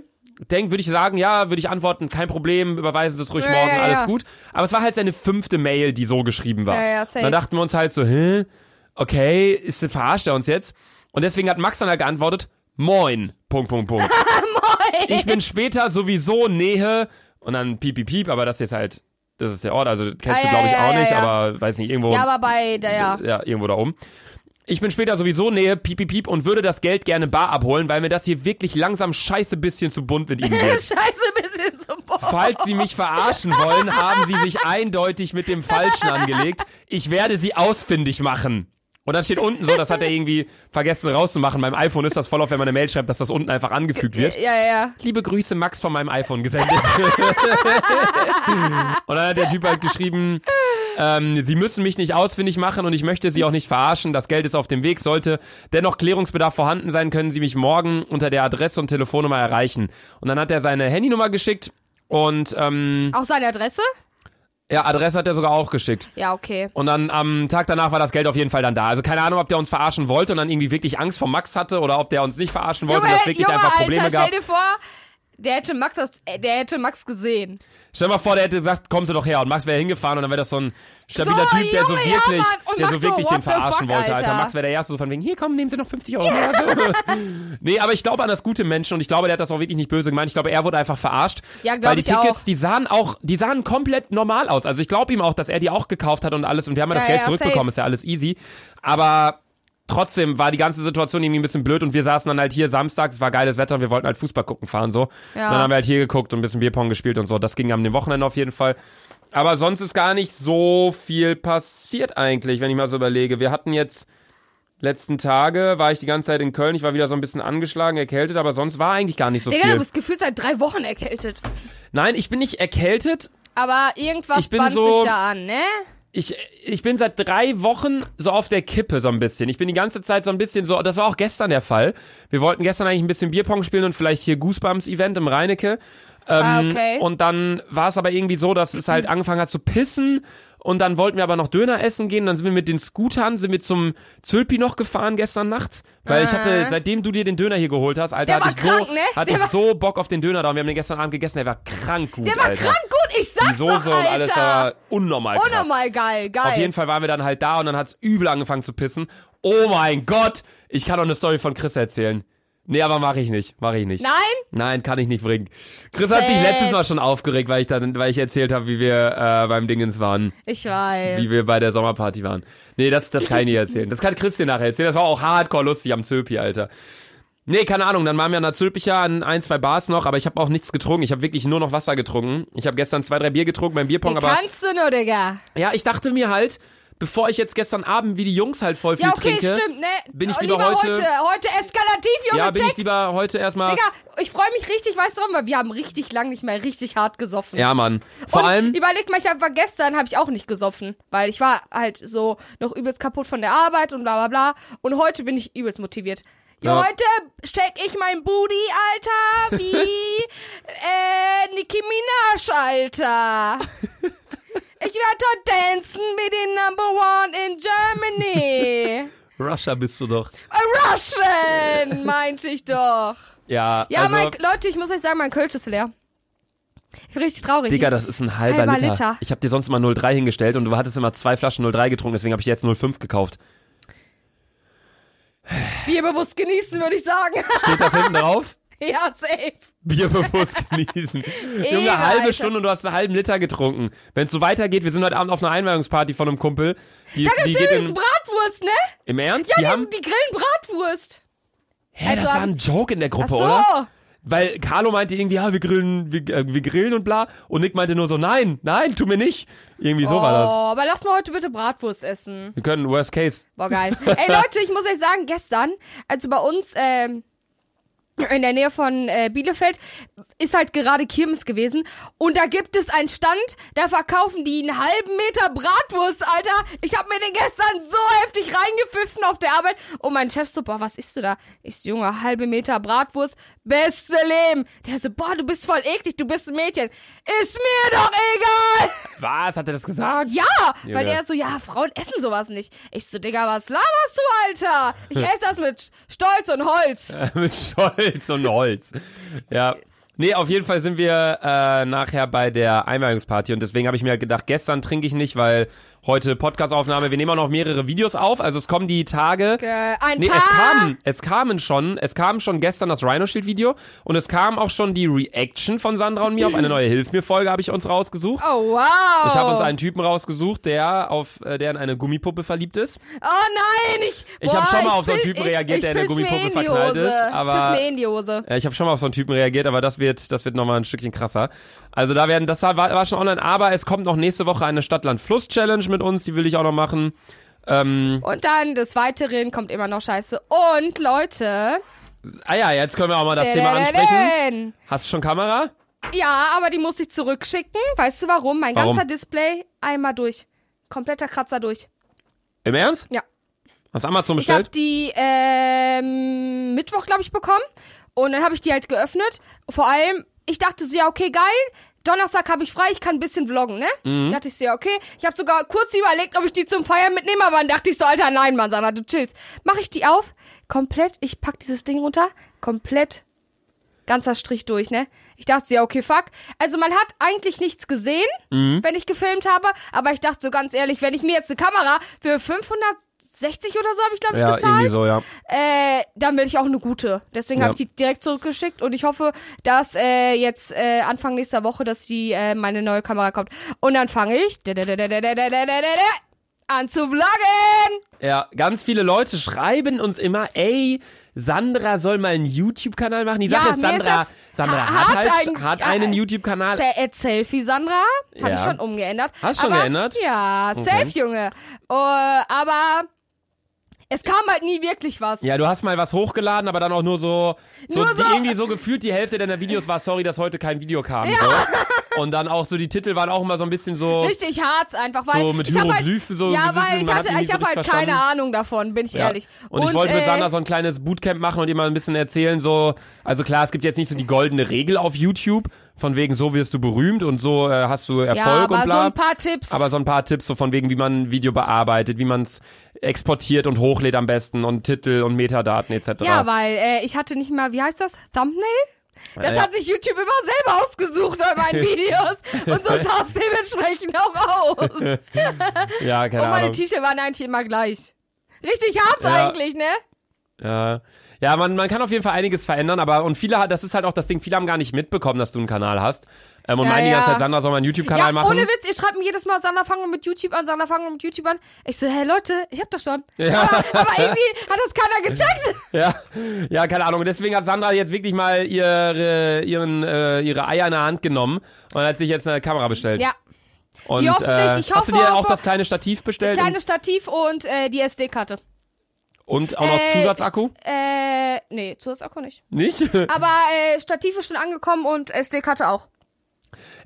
Speaker 1: Denk, würde ich sagen, ja, würde ich antworten, kein Problem, überweisen Sie es ruhig
Speaker 2: Ja,
Speaker 1: morgen,
Speaker 2: ja,
Speaker 1: alles
Speaker 2: ja.
Speaker 1: gut. Aber es war halt seine fünfte Mail, die so geschrieben war.
Speaker 2: Ja, ja,
Speaker 1: Und
Speaker 2: safe.
Speaker 1: dann dachten wir uns halt so, hä, okay, ist, verarscht er uns jetzt? Und deswegen hat Max dann halt geantwortet, moin, Punkt, Punkt, Punkt. Ich bin später sowieso Nähe und dann piep, piep, piep, aber das ist jetzt halt, das ist der Ort, also kennst
Speaker 2: Ah, Ja,
Speaker 1: du glaube ich
Speaker 2: ja, ja,
Speaker 1: auch
Speaker 2: ja,
Speaker 1: nicht,
Speaker 2: ja.
Speaker 1: aber weiß nicht, irgendwo
Speaker 2: Ja, aber bei der, ja.
Speaker 1: ja, irgendwo da oben. Ich bin später sowieso nähe, piep, piep, piep, und würde das Geld gerne bar abholen, weil mir das hier wirklich langsam scheiße bisschen zu bunt mit Ihnen wird.
Speaker 2: Scheiße, ein bisschen zum Boah.
Speaker 1: Falls Sie mich verarschen wollen, haben Sie sich eindeutig mit dem Falschen angelegt. Ich werde Sie ausfindig machen. Und dann steht unten so, das hat er irgendwie vergessen rauszumachen. Beim iPhone ist das voll auf, wenn man eine Mail schreibt, dass das unten einfach angefügt wird.
Speaker 2: Ja, ja, ja.
Speaker 1: Liebe Grüße, Max von meinem iPhone gesendet. und dann hat der Typ halt geschrieben, ähm, Sie müssen mich nicht ausfindig machen und ich möchte Sie auch nicht verarschen. Das Geld ist auf dem Weg. Sollte dennoch Klärungsbedarf vorhanden sein, können Sie mich morgen unter der Adresse und Telefonnummer erreichen. Und dann hat er seine Handynummer geschickt und ähm,
Speaker 2: Auch seine Adresse?
Speaker 1: ja, Adresse hat er sogar auch geschickt.
Speaker 2: Ja, okay.
Speaker 1: Und dann am Tag danach war das Geld auf jeden Fall dann da. Also keine Ahnung, ob der uns verarschen wollte und dann irgendwie wirklich Angst vor Max hatte oder ob der uns nicht verarschen wollte, und dass wirklich
Speaker 2: Junge,
Speaker 1: einfach Probleme
Speaker 2: Alter,
Speaker 1: gab.
Speaker 2: stell dir vor, der hätte Max, das, äh, der hätte Max gesehen.
Speaker 1: Stell dir mal vor, der hätte gesagt, kommst du doch her. Und Max wäre hingefahren und dann wäre das so ein stabiler
Speaker 2: So,
Speaker 1: Typ, der so
Speaker 2: Junge, ja,
Speaker 1: wirklich,
Speaker 2: Mann. Und
Speaker 1: der
Speaker 2: Max
Speaker 1: so
Speaker 2: so,
Speaker 1: wirklich
Speaker 2: what
Speaker 1: den
Speaker 2: the
Speaker 1: verarschen
Speaker 2: fuck,
Speaker 1: wollte, Alter.
Speaker 2: Alter.
Speaker 1: Max wäre der Erste so von wegen, hier komm, nehmen Sie noch 50 Euro. mehr. So. nee, aber ich glaube an das gute Menschen und ich glaube, der hat das auch wirklich nicht böse gemeint. Ich glaube, er wurde einfach verarscht.
Speaker 2: Ja, glaub
Speaker 1: Weil die
Speaker 2: ich
Speaker 1: Tickets,
Speaker 2: auch.
Speaker 1: die sahen auch, die sahen komplett normal aus. Also ich glaube ihm auch, dass er die auch gekauft hat und alles und wir haben ja das
Speaker 2: Ja,
Speaker 1: Geld
Speaker 2: ja,
Speaker 1: zurückbekommen,
Speaker 2: safe.
Speaker 1: ist ja alles easy. Aber trotzdem war die ganze Situation irgendwie ein bisschen blöd und wir saßen dann halt hier Samstag, es war geiles Wetter und wir wollten halt Fußball gucken fahren so.
Speaker 2: Ja.
Speaker 1: Und dann haben wir halt hier geguckt und ein bisschen Bierpong gespielt und so. Das ging am dem Wochenende auf jeden Fall. Aber sonst ist gar nicht so viel passiert eigentlich, wenn ich mal so überlege. Wir hatten jetzt letzten Tage, war ich die ganze Zeit in Köln, ich war wieder so ein bisschen angeschlagen, erkältet, aber sonst war eigentlich gar nicht so
Speaker 2: Digga, du
Speaker 1: viel.
Speaker 2: bist gefühlt seit drei Wochen erkältet.
Speaker 1: Nein, ich bin nicht erkältet.
Speaker 2: Aber irgendwas
Speaker 1: Ich bin
Speaker 2: band
Speaker 1: so-
Speaker 2: sich da an, ne?
Speaker 1: ich, ich bin seit drei Wochen so auf der Kippe so ein bisschen. Ich bin die ganze Zeit so ein bisschen so, das war auch gestern der Fall. Wir wollten gestern eigentlich ein bisschen Bierpong spielen und vielleicht hier Goosebumps-Event im Reinecke. Ähm,
Speaker 2: Ah, okay. Mhm.
Speaker 1: Und dann war es aber irgendwie so, dass es halt angefangen hat zu pissen. Und dann wollten wir aber noch Döner essen gehen. Dann sind wir mit den Scootern, sind wir zum Zülpi noch gefahren gestern Nacht. Weil ich hatte, seitdem du dir den Döner hier geholt hast, Alter,
Speaker 2: Äh. Der
Speaker 1: hatte ich,
Speaker 2: war
Speaker 1: so,
Speaker 2: krank, ne?
Speaker 1: hatte
Speaker 2: Der
Speaker 1: ich
Speaker 2: war-
Speaker 1: so Bock auf den Döner da. Und wir haben den gestern Abend gegessen, der war krank gut,
Speaker 2: Der war
Speaker 1: Alter.
Speaker 2: krank gut, ich sag's
Speaker 1: Die Soße
Speaker 2: doch,
Speaker 1: und
Speaker 2: Alter.
Speaker 1: alles war unnormal krass.
Speaker 2: Unnormal geil, geil.
Speaker 1: Auf jeden Fall waren wir dann halt da und dann hat's übel angefangen zu pissen. Oh mein Gott, ich kann doch eine Story von Chris erzählen. Nee, aber mache ich nicht, mache ich nicht.
Speaker 2: Nein?
Speaker 1: Nein, kann ich nicht bringen. Chris hat
Speaker 2: Sad.
Speaker 1: sich letztes Mal schon aufgeregt, weil ich dann, weil ich erzählt habe, wie wir äh, beim Dingens waren,
Speaker 2: Ich weiß.
Speaker 1: wie wir bei der Sommerparty waren. Nee, das, das kann ich nicht erzählen. Das kann Chris dir nachher erzählen. Das war auch hardcore lustig am Zülpi, Alter. Nee, keine Ahnung, dann waren wir an der Zülpicher an ein, zwei Bars noch, aber ich habe auch nichts getrunken. Ich habe wirklich nur noch Wasser getrunken. Ich habe gestern zwei, drei Bier getrunken beim Bierpong,
Speaker 2: Wie
Speaker 1: aber
Speaker 2: kannst du nur, Digga?
Speaker 1: ja, ich dachte mir halt, bevor ich jetzt gestern Abend wie die Jungs halt voll viel
Speaker 2: Ja, okay,
Speaker 1: trinke,
Speaker 2: stimmt, ne?
Speaker 1: bin ich
Speaker 2: Oh,
Speaker 1: lieber heute-
Speaker 2: heute. Heute eskalativ, Junge,
Speaker 1: ja, bin
Speaker 2: check.
Speaker 1: ich lieber heute erstmal.
Speaker 2: Digga, ich freue mich richtig, weißt du warum? Weil wir haben richtig lang nicht mehr richtig hart gesoffen.
Speaker 1: Ja, Mann. Vor
Speaker 2: und
Speaker 1: allem,
Speaker 2: Überleg mal, ich hab, war gestern habe ich auch nicht gesoffen, weil ich war halt so noch übelst kaputt von der Arbeit und bla bla bla. Und heute bin ich übelst motiviert.
Speaker 1: Ja.
Speaker 2: Heute steck ich mein Booty, Alter, wie äh, Nicki Minaj, Alter. Ich werde dort tanzen mit den Number One in Germany.
Speaker 1: Russia bist du doch.
Speaker 2: A Russian, meinte ich doch.
Speaker 1: Ja,
Speaker 2: Ja,
Speaker 1: also,
Speaker 2: mein, Leute, ich muss euch sagen, mein Kölsch ist leer. Ich bin richtig traurig.
Speaker 1: Digga, das ist ein halber,
Speaker 2: Halber
Speaker 1: Liter.
Speaker 2: Liter.
Speaker 1: Ich habe dir sonst immer 03 hingestellt und du hattest immer zwei Flaschen 03 getrunken, deswegen habe ich jetzt 05 gekauft.
Speaker 2: Bierbewusst genießen, würde ich sagen.
Speaker 1: Steht das hinten drauf?
Speaker 2: ja, safe.
Speaker 1: Bier bewusst genießen. Junge,
Speaker 2: Ehre,
Speaker 1: eine halbe
Speaker 2: Alter.
Speaker 1: Stunde und du hast einen halben Liter getrunken. Wenn es so weitergeht, wir sind heute Abend auf einer Einweihungsparty von einem Kumpel. Die, ist- die
Speaker 2: Gibt's
Speaker 1: geht
Speaker 2: übrigens
Speaker 1: in,
Speaker 2: Bratwurst, ne?
Speaker 1: Im Ernst?
Speaker 2: Ja,
Speaker 1: die haben,
Speaker 2: die, die grillen Bratwurst.
Speaker 1: hä,
Speaker 2: also
Speaker 1: das war
Speaker 2: haben-
Speaker 1: ein Joke in der Gruppe,
Speaker 2: Ach so.
Speaker 1: oder? Weil Carlo meinte irgendwie, ja, wir grillen, wir, äh, wir grillen und bla. Und Nick meinte nur so, nein, nein, tu mir nicht. Irgendwie so
Speaker 2: oh,
Speaker 1: war das.
Speaker 2: aber lass mal heute bitte Bratwurst essen.
Speaker 1: Wir können Worst Case.
Speaker 2: War geil. Ey, Leute, ich muss euch sagen, gestern, also bei uns, ähm, in der Nähe von äh, Bielefeld ist halt gerade Kirmes gewesen und da gibt es einen Stand, da verkaufen die einen halben Meter Bratwurst, Alter. Ich habe mir den gestern so heftig reingepfiffen auf der Arbeit und mein Chef so, boah, was isst du da? Ich so, Junge, halbe Meter Bratwurst, beste Leben. Der so, boah, du bist voll eklig, du bist ein Mädchen. Ist mir doch egal.
Speaker 1: Was? Hat er das gesagt?
Speaker 2: Ja, weil
Speaker 1: Junge.
Speaker 2: der so, ja, Frauen essen sowas nicht. Ich so, Digga, was laberst du, Alter? Ich
Speaker 1: Hm.
Speaker 2: esse das mit Stolz und Holz.
Speaker 1: Mit Stolz und Holz. Ja. Nee, auf jeden Fall sind wir äh, nachher bei der Einweihungsparty und deswegen habe ich mir halt gedacht, gestern trinke ich nicht, weil heute Podcastaufnahme, wir nehmen auch noch mehrere Videos auf, also es kommen die Tage.
Speaker 2: Äh, ein
Speaker 1: Nee,
Speaker 2: paar.
Speaker 1: es kamen, es kamen schon, es kam schon gestern das Rhino Shield Video und es kam auch schon die Reaction von Sandra und mir auf eine neue Hilf mir Folge habe ich uns rausgesucht.
Speaker 2: Oh, wow.
Speaker 1: Ich habe uns einen Typen rausgesucht, der auf äh, der in eine Gummipuppe verliebt ist.
Speaker 2: Oh nein, ich.
Speaker 1: Ich hab
Speaker 2: boah,
Speaker 1: schon mal auf
Speaker 2: ich
Speaker 1: so einen
Speaker 2: piss-
Speaker 1: Typen reagiert,
Speaker 2: ich,
Speaker 1: der in der
Speaker 2: piss mir
Speaker 1: Gummipuppe
Speaker 2: in die
Speaker 1: verknallt
Speaker 2: Hose.
Speaker 1: ist, aber-
Speaker 2: Ich piss mir in die Hose.
Speaker 1: Äh, Ich habe schon mal auf so einen Typen reagiert, aber das wird, das wird nochmal ein Stückchen krasser. Also da werden, das war, war schon online, aber es kommt noch nächste Woche eine Stadtland-Fluss-Challenge mit uns, die will ich auch noch machen. Ähm,
Speaker 2: Und dann des Weiteren kommt immer noch Scheiße. Und Leute.
Speaker 1: ah ja, jetzt können wir auch mal das Thema ansprechen.
Speaker 2: Dadadadadän.
Speaker 1: Hast du schon Kamera?
Speaker 2: Ja, aber die muss ich zurückschicken. Weißt du warum? Mein
Speaker 1: Warum?
Speaker 2: ganzer Display einmal durch. Kompletter Kratzer durch.
Speaker 1: Im Ernst?
Speaker 2: Ja.
Speaker 1: Hast du Amazon
Speaker 2: Ich habe
Speaker 1: bestellt?
Speaker 2: die ähm, Mittwoch, glaube ich, bekommen. Und dann habe ich die halt geöffnet. Vor allem, ich dachte so, ja, okay, geil. Donnerstag habe ich frei, ich kann ein bisschen vloggen, ne? Dachte ich so, ja, okay. Ich habe sogar kurz überlegt, ob ich die zum Feiern mitnehme, aber dann dachte ich so, Alter, nein, Mann, Sandra, du chillst. Mache ich die auf, komplett, ich pack dieses Ding runter, komplett ganzer Strich durch, ne? Ich dachte so, ja, okay, fuck. Also man hat eigentlich nichts gesehen,
Speaker 1: Mhm.
Speaker 2: wenn ich gefilmt habe, aber ich dachte so ganz ehrlich, wenn ich mir jetzt eine Kamera für 560 oder so habe ich, glaube ich,
Speaker 1: ja, irgendwie
Speaker 2: gezahlt,
Speaker 1: so, ja.
Speaker 2: äh, dann will ich auch eine gute. Deswegen
Speaker 1: Ja.
Speaker 2: habe ich die direkt zurückgeschickt und ich hoffe, dass äh, jetzt äh, Anfang nächster Woche, dass die äh, meine neue Kamera kommt. Und dann fange ich an zu vloggen.
Speaker 1: Ja, ganz viele Leute schreiben uns immer, ey, Sandra soll mal einen YouTube-Kanal machen. Die
Speaker 2: Ja,
Speaker 1: Sache ist,
Speaker 2: mir ist
Speaker 1: Sandra,
Speaker 2: das-
Speaker 1: Sandra
Speaker 2: ha-
Speaker 1: hat,
Speaker 2: hat
Speaker 1: halt,
Speaker 2: ein-
Speaker 1: hat
Speaker 2: ja,
Speaker 1: einen
Speaker 2: äh,
Speaker 1: YouTube-Kanal.
Speaker 2: Se äh, Selfie, Sandra. Hab
Speaker 1: Ja.
Speaker 2: ich schon umgeändert.
Speaker 1: Hast schon
Speaker 2: aber,
Speaker 1: geändert?
Speaker 2: Ja, safe, Junge. Äh, aber es kam halt nie wirklich was.
Speaker 1: Ja, du hast mal was hochgeladen, aber dann auch nur so, so,
Speaker 2: Nur so-
Speaker 1: irgendwie so gefühlt die Hälfte deiner Videos war sorry, dass heute kein Video kam. So. Und dann auch so, die Titel waren auch immer so ein bisschen so.
Speaker 2: Richtig hart einfach, weil
Speaker 1: So mit
Speaker 2: ich habe halt,
Speaker 1: Hieroglyphen so-
Speaker 2: ja,
Speaker 1: so-
Speaker 2: weil ich
Speaker 1: man hat
Speaker 2: hatte,
Speaker 1: ihn nicht
Speaker 2: ich
Speaker 1: so
Speaker 2: habe halt
Speaker 1: richtig verstanden.
Speaker 2: keine Ahnung davon, bin ich
Speaker 1: Ja.
Speaker 2: ehrlich.
Speaker 1: Und, ich wollte mit
Speaker 2: äh,
Speaker 1: Sandra so ein kleines Bootcamp machen und ihr mal ein bisschen erzählen, so, also klar, es gibt jetzt nicht so die goldene Regel auf YouTube, von wegen so wirst du berühmt und so äh, hast du Erfolg
Speaker 2: ja, aber
Speaker 1: und bla.
Speaker 2: so ein paar Tipps.
Speaker 1: aber so ein paar Tipps, so von wegen, wie man ein Video bearbeitet, wie man es exportiert und hochlädt am besten und Titel und Metadaten etc.
Speaker 2: ja, weil äh, ich hatte nicht mal, wie heißt das? Thumbnail? Das
Speaker 1: ja.
Speaker 2: hat sich YouTube immer selber ausgesucht bei meinen Videos. Und so sah es dementsprechend auch aus. Und
Speaker 1: ja keine
Speaker 2: meine
Speaker 1: Ahnung.
Speaker 2: T-Shirts waren eigentlich immer gleich. Richtig hart
Speaker 1: Ja.
Speaker 2: eigentlich, ne?
Speaker 1: Ja, ja man, man kann auf jeden Fall einiges verändern, aber und viele, hat- das ist halt auch das Ding, viele haben gar nicht mitbekommen, dass du einen Kanal hast. Ähm, und
Speaker 2: Ja,
Speaker 1: meinen die
Speaker 2: ja.
Speaker 1: ganze Zeit, Sandra soll mal einen YouTube-Kanal
Speaker 2: ja,
Speaker 1: machen.
Speaker 2: ohne Witz, ihr schreibt mir jedes Mal, Sander, fangen wir mit YouTube an, Sander, fangen wir mit YouTube an. Ich so, hey Leute, ich hab doch schon. Aber, aber irgendwie hat das keiner gecheckt.
Speaker 1: Ja, ja, keine Ahnung. Und Deswegen hat Sandra jetzt wirklich mal ihre, ihren, äh, ihre Eier in der Hand genommen und hat sich jetzt eine Kamera bestellt.
Speaker 2: Ja,
Speaker 1: und,
Speaker 2: die hoffentlich-
Speaker 1: äh,
Speaker 2: ich
Speaker 1: hast du
Speaker 2: hoffe,
Speaker 1: dir auch
Speaker 2: hoffe-
Speaker 1: das kleine Stativ bestellt
Speaker 2: kleines Stativ und äh, die SD-Karte.
Speaker 1: und, und auch noch
Speaker 2: Äh,
Speaker 1: Zusatzakku?
Speaker 2: Äh, nee, Zusatzakku nicht.
Speaker 1: Nicht?
Speaker 2: Aber äh, Stativ ist schon angekommen und SD-Karte auch.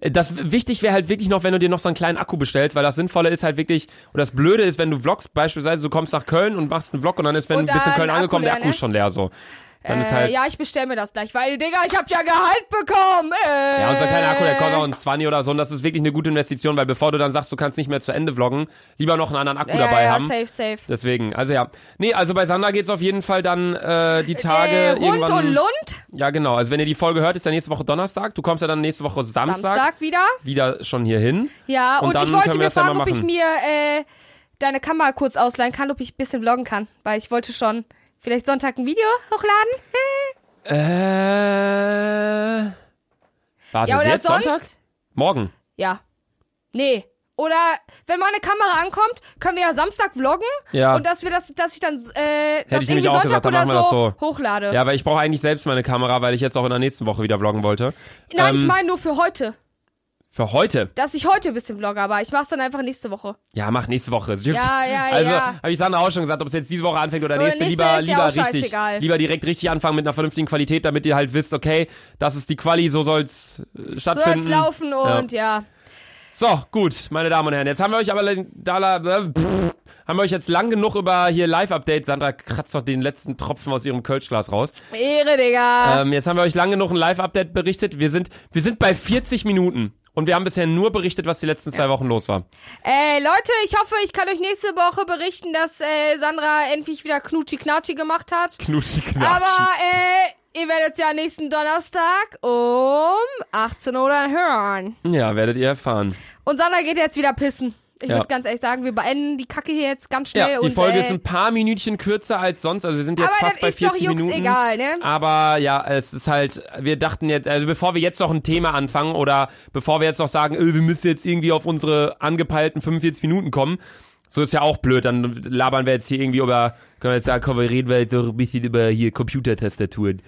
Speaker 1: Das wichtig wäre halt wirklich noch, wenn du dir noch so einen kleinen Akku bestellst, weil das Sinnvolle ist halt wirklich, und das Blöde ist, wenn du Vlogs beispielsweise, du kommst nach Köln und machst einen Vlog und dann ist, wenn
Speaker 2: Und
Speaker 1: du bist in
Speaker 2: dann
Speaker 1: Köln
Speaker 2: Akku
Speaker 1: angekommen, der
Speaker 2: leer,
Speaker 1: Akku
Speaker 2: ne?
Speaker 1: ist schon leer so. Dann ist
Speaker 2: äh,
Speaker 1: halt, ja,
Speaker 2: ja, ich bestell mir das gleich, weil, Digga, ich hab ja Gehalt bekommen. Äh,
Speaker 1: unser kleiner Akku, der kostet auch einen 20 oder so und das ist wirklich eine gute Investition, weil bevor du dann sagst, du kannst nicht mehr zu Ende vloggen, lieber noch einen anderen Akku
Speaker 2: ja,
Speaker 1: dabei
Speaker 2: ja,
Speaker 1: haben.
Speaker 2: safe, safe.
Speaker 1: Deswegen, also ja. Nee, also bei Sandra geht's auf jeden Fall dann äh, die Tage
Speaker 2: äh, rund
Speaker 1: irgendwann.
Speaker 2: und Lund,
Speaker 1: Ja, genau. Also wenn ihr die Folge hört, ist ja nächste Woche Donnerstag. Du kommst ja dann nächste Woche Samstag,
Speaker 2: Samstag wieder.
Speaker 1: wieder schon hier hin.
Speaker 2: Ja,
Speaker 1: Und
Speaker 2: und,
Speaker 1: dann
Speaker 2: ich
Speaker 1: können
Speaker 2: wollte
Speaker 1: wir
Speaker 2: mir
Speaker 1: das ja
Speaker 2: fragen,
Speaker 1: mal
Speaker 2: ob ich
Speaker 1: machen.
Speaker 2: mir äh, deine Kamera kurz ausleihen kann, ob ich ein bisschen vloggen kann. Weil ich wollte schon vielleicht Sonntag ein Video hochladen.
Speaker 1: Äh.
Speaker 2: Äh.
Speaker 1: Warte,
Speaker 2: Ja,
Speaker 1: ist
Speaker 2: oder
Speaker 1: jetzt
Speaker 2: sonst.
Speaker 1: Sonntag? Morgen.
Speaker 2: Ja. Nee. Oder wenn meine Kamera ankommt, können wir ja Samstag vloggen
Speaker 1: Ja.
Speaker 2: und dass wir das, dass ich dann äh, das
Speaker 1: ich nämlich
Speaker 2: irgendwie
Speaker 1: auch
Speaker 2: Sonntag
Speaker 1: gesagt, dann
Speaker 2: oder
Speaker 1: machen wir das so.
Speaker 2: hochlade.
Speaker 1: Ja, weil ich brauche eigentlich selbst meine Kamera, weil ich jetzt auch in der nächsten Woche wieder vloggen wollte.
Speaker 2: Nein, ich
Speaker 1: Ähm,
Speaker 2: meine nur für heute.
Speaker 1: Für heute.
Speaker 2: Dass ich heute ein bisschen vlogge, aber ich mach's dann einfach nächste Woche.
Speaker 1: Ja, mach nächste Woche.
Speaker 2: Ja, ja,
Speaker 1: also,
Speaker 2: ja.
Speaker 1: Habe ich Sandra auch schon gesagt, ob es jetzt diese Woche anfängt oder
Speaker 2: Oder
Speaker 1: nächste,
Speaker 2: nächste
Speaker 1: lieber,
Speaker 2: ist ja
Speaker 1: lieber
Speaker 2: auch
Speaker 1: richtig.
Speaker 2: scheißegal.
Speaker 1: Lieber direkt richtig anfangen mit einer vernünftigen Qualität, damit ihr halt wisst, okay, das ist die Quali, so soll's äh,
Speaker 2: So soll's
Speaker 1: stattfinden.
Speaker 2: laufen und ja.
Speaker 1: So, gut, meine Damen und Herren. Jetzt haben wir euch aber le- da, la- äh, pff, haben wir euch jetzt lang genug über hier Live-Update. Sandra kratzt doch den letzten Tropfen aus ihrem Kölschglas raus.
Speaker 2: Ehre, Digga.
Speaker 1: Ähm, jetzt haben wir euch lang genug ein Live-Update berichtet. Wir sind, wir sind bei 40 Minuten. Und wir haben bisher nur berichtet, was die letzten zwei Wochen los war.
Speaker 2: Äh, Leute, ich hoffe, ich kann euch nächste Woche berichten, dass äh, Sandra endlich wieder Knutschi-Knatschi gemacht hat.
Speaker 1: Knutschig,
Speaker 2: Aber äh, ihr werdet ja nächsten Donnerstag um 18 Uhr dann hören.
Speaker 1: Ja, werdet ihr erfahren.
Speaker 2: Und Sandra geht jetzt wieder pissen. Ich
Speaker 1: Ja.
Speaker 2: würde ganz ehrlich sagen, wir beenden die Kacke hier jetzt ganz schnell.
Speaker 1: Ja, die
Speaker 2: und,
Speaker 1: Folge
Speaker 2: äh,
Speaker 1: ist ein paar Minütchen kürzer als sonst. Also wir sind jetzt
Speaker 2: Aber
Speaker 1: fast
Speaker 2: das
Speaker 1: bei
Speaker 2: ist doch
Speaker 1: 40
Speaker 2: Jux
Speaker 1: Minuten. Ah,
Speaker 2: egal, ne?
Speaker 1: Aber ja, es ist halt, wir dachten jetzt, also bevor wir jetzt noch ein Thema anfangen oder bevor wir jetzt noch sagen, äh, wir müssen jetzt irgendwie auf unsere angepeilten 45 Minuten kommen, so ist ja auch blöd, dann labern wir jetzt hier irgendwie über, können wir jetzt sagen, komm, wir reden wir jetzt doch ein bisschen über hier Computertastaturen.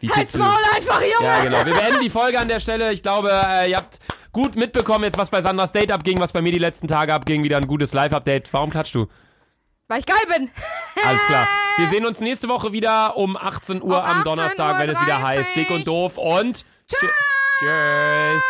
Speaker 1: Wie
Speaker 2: Halt's
Speaker 1: findest du-
Speaker 2: Maul einfach, Junge!
Speaker 1: ja, genau. Wir beenden die Folge an der Stelle. Ich glaube, äh, ihr habt gut mitbekommen jetzt, was bei Sandras Date abging, was bei mir die letzten Tage abging. Wieder ein gutes Live-Update. Warum klatschst du?
Speaker 2: Weil ich geil bin.
Speaker 1: Alles klar. Wir sehen uns nächste Woche wieder um 18 Uhr
Speaker 2: Um
Speaker 1: am Donnerstag, wenn es wieder
Speaker 2: 18:30.
Speaker 1: heißt. Dick und doof und. Tschüss. Tschüss.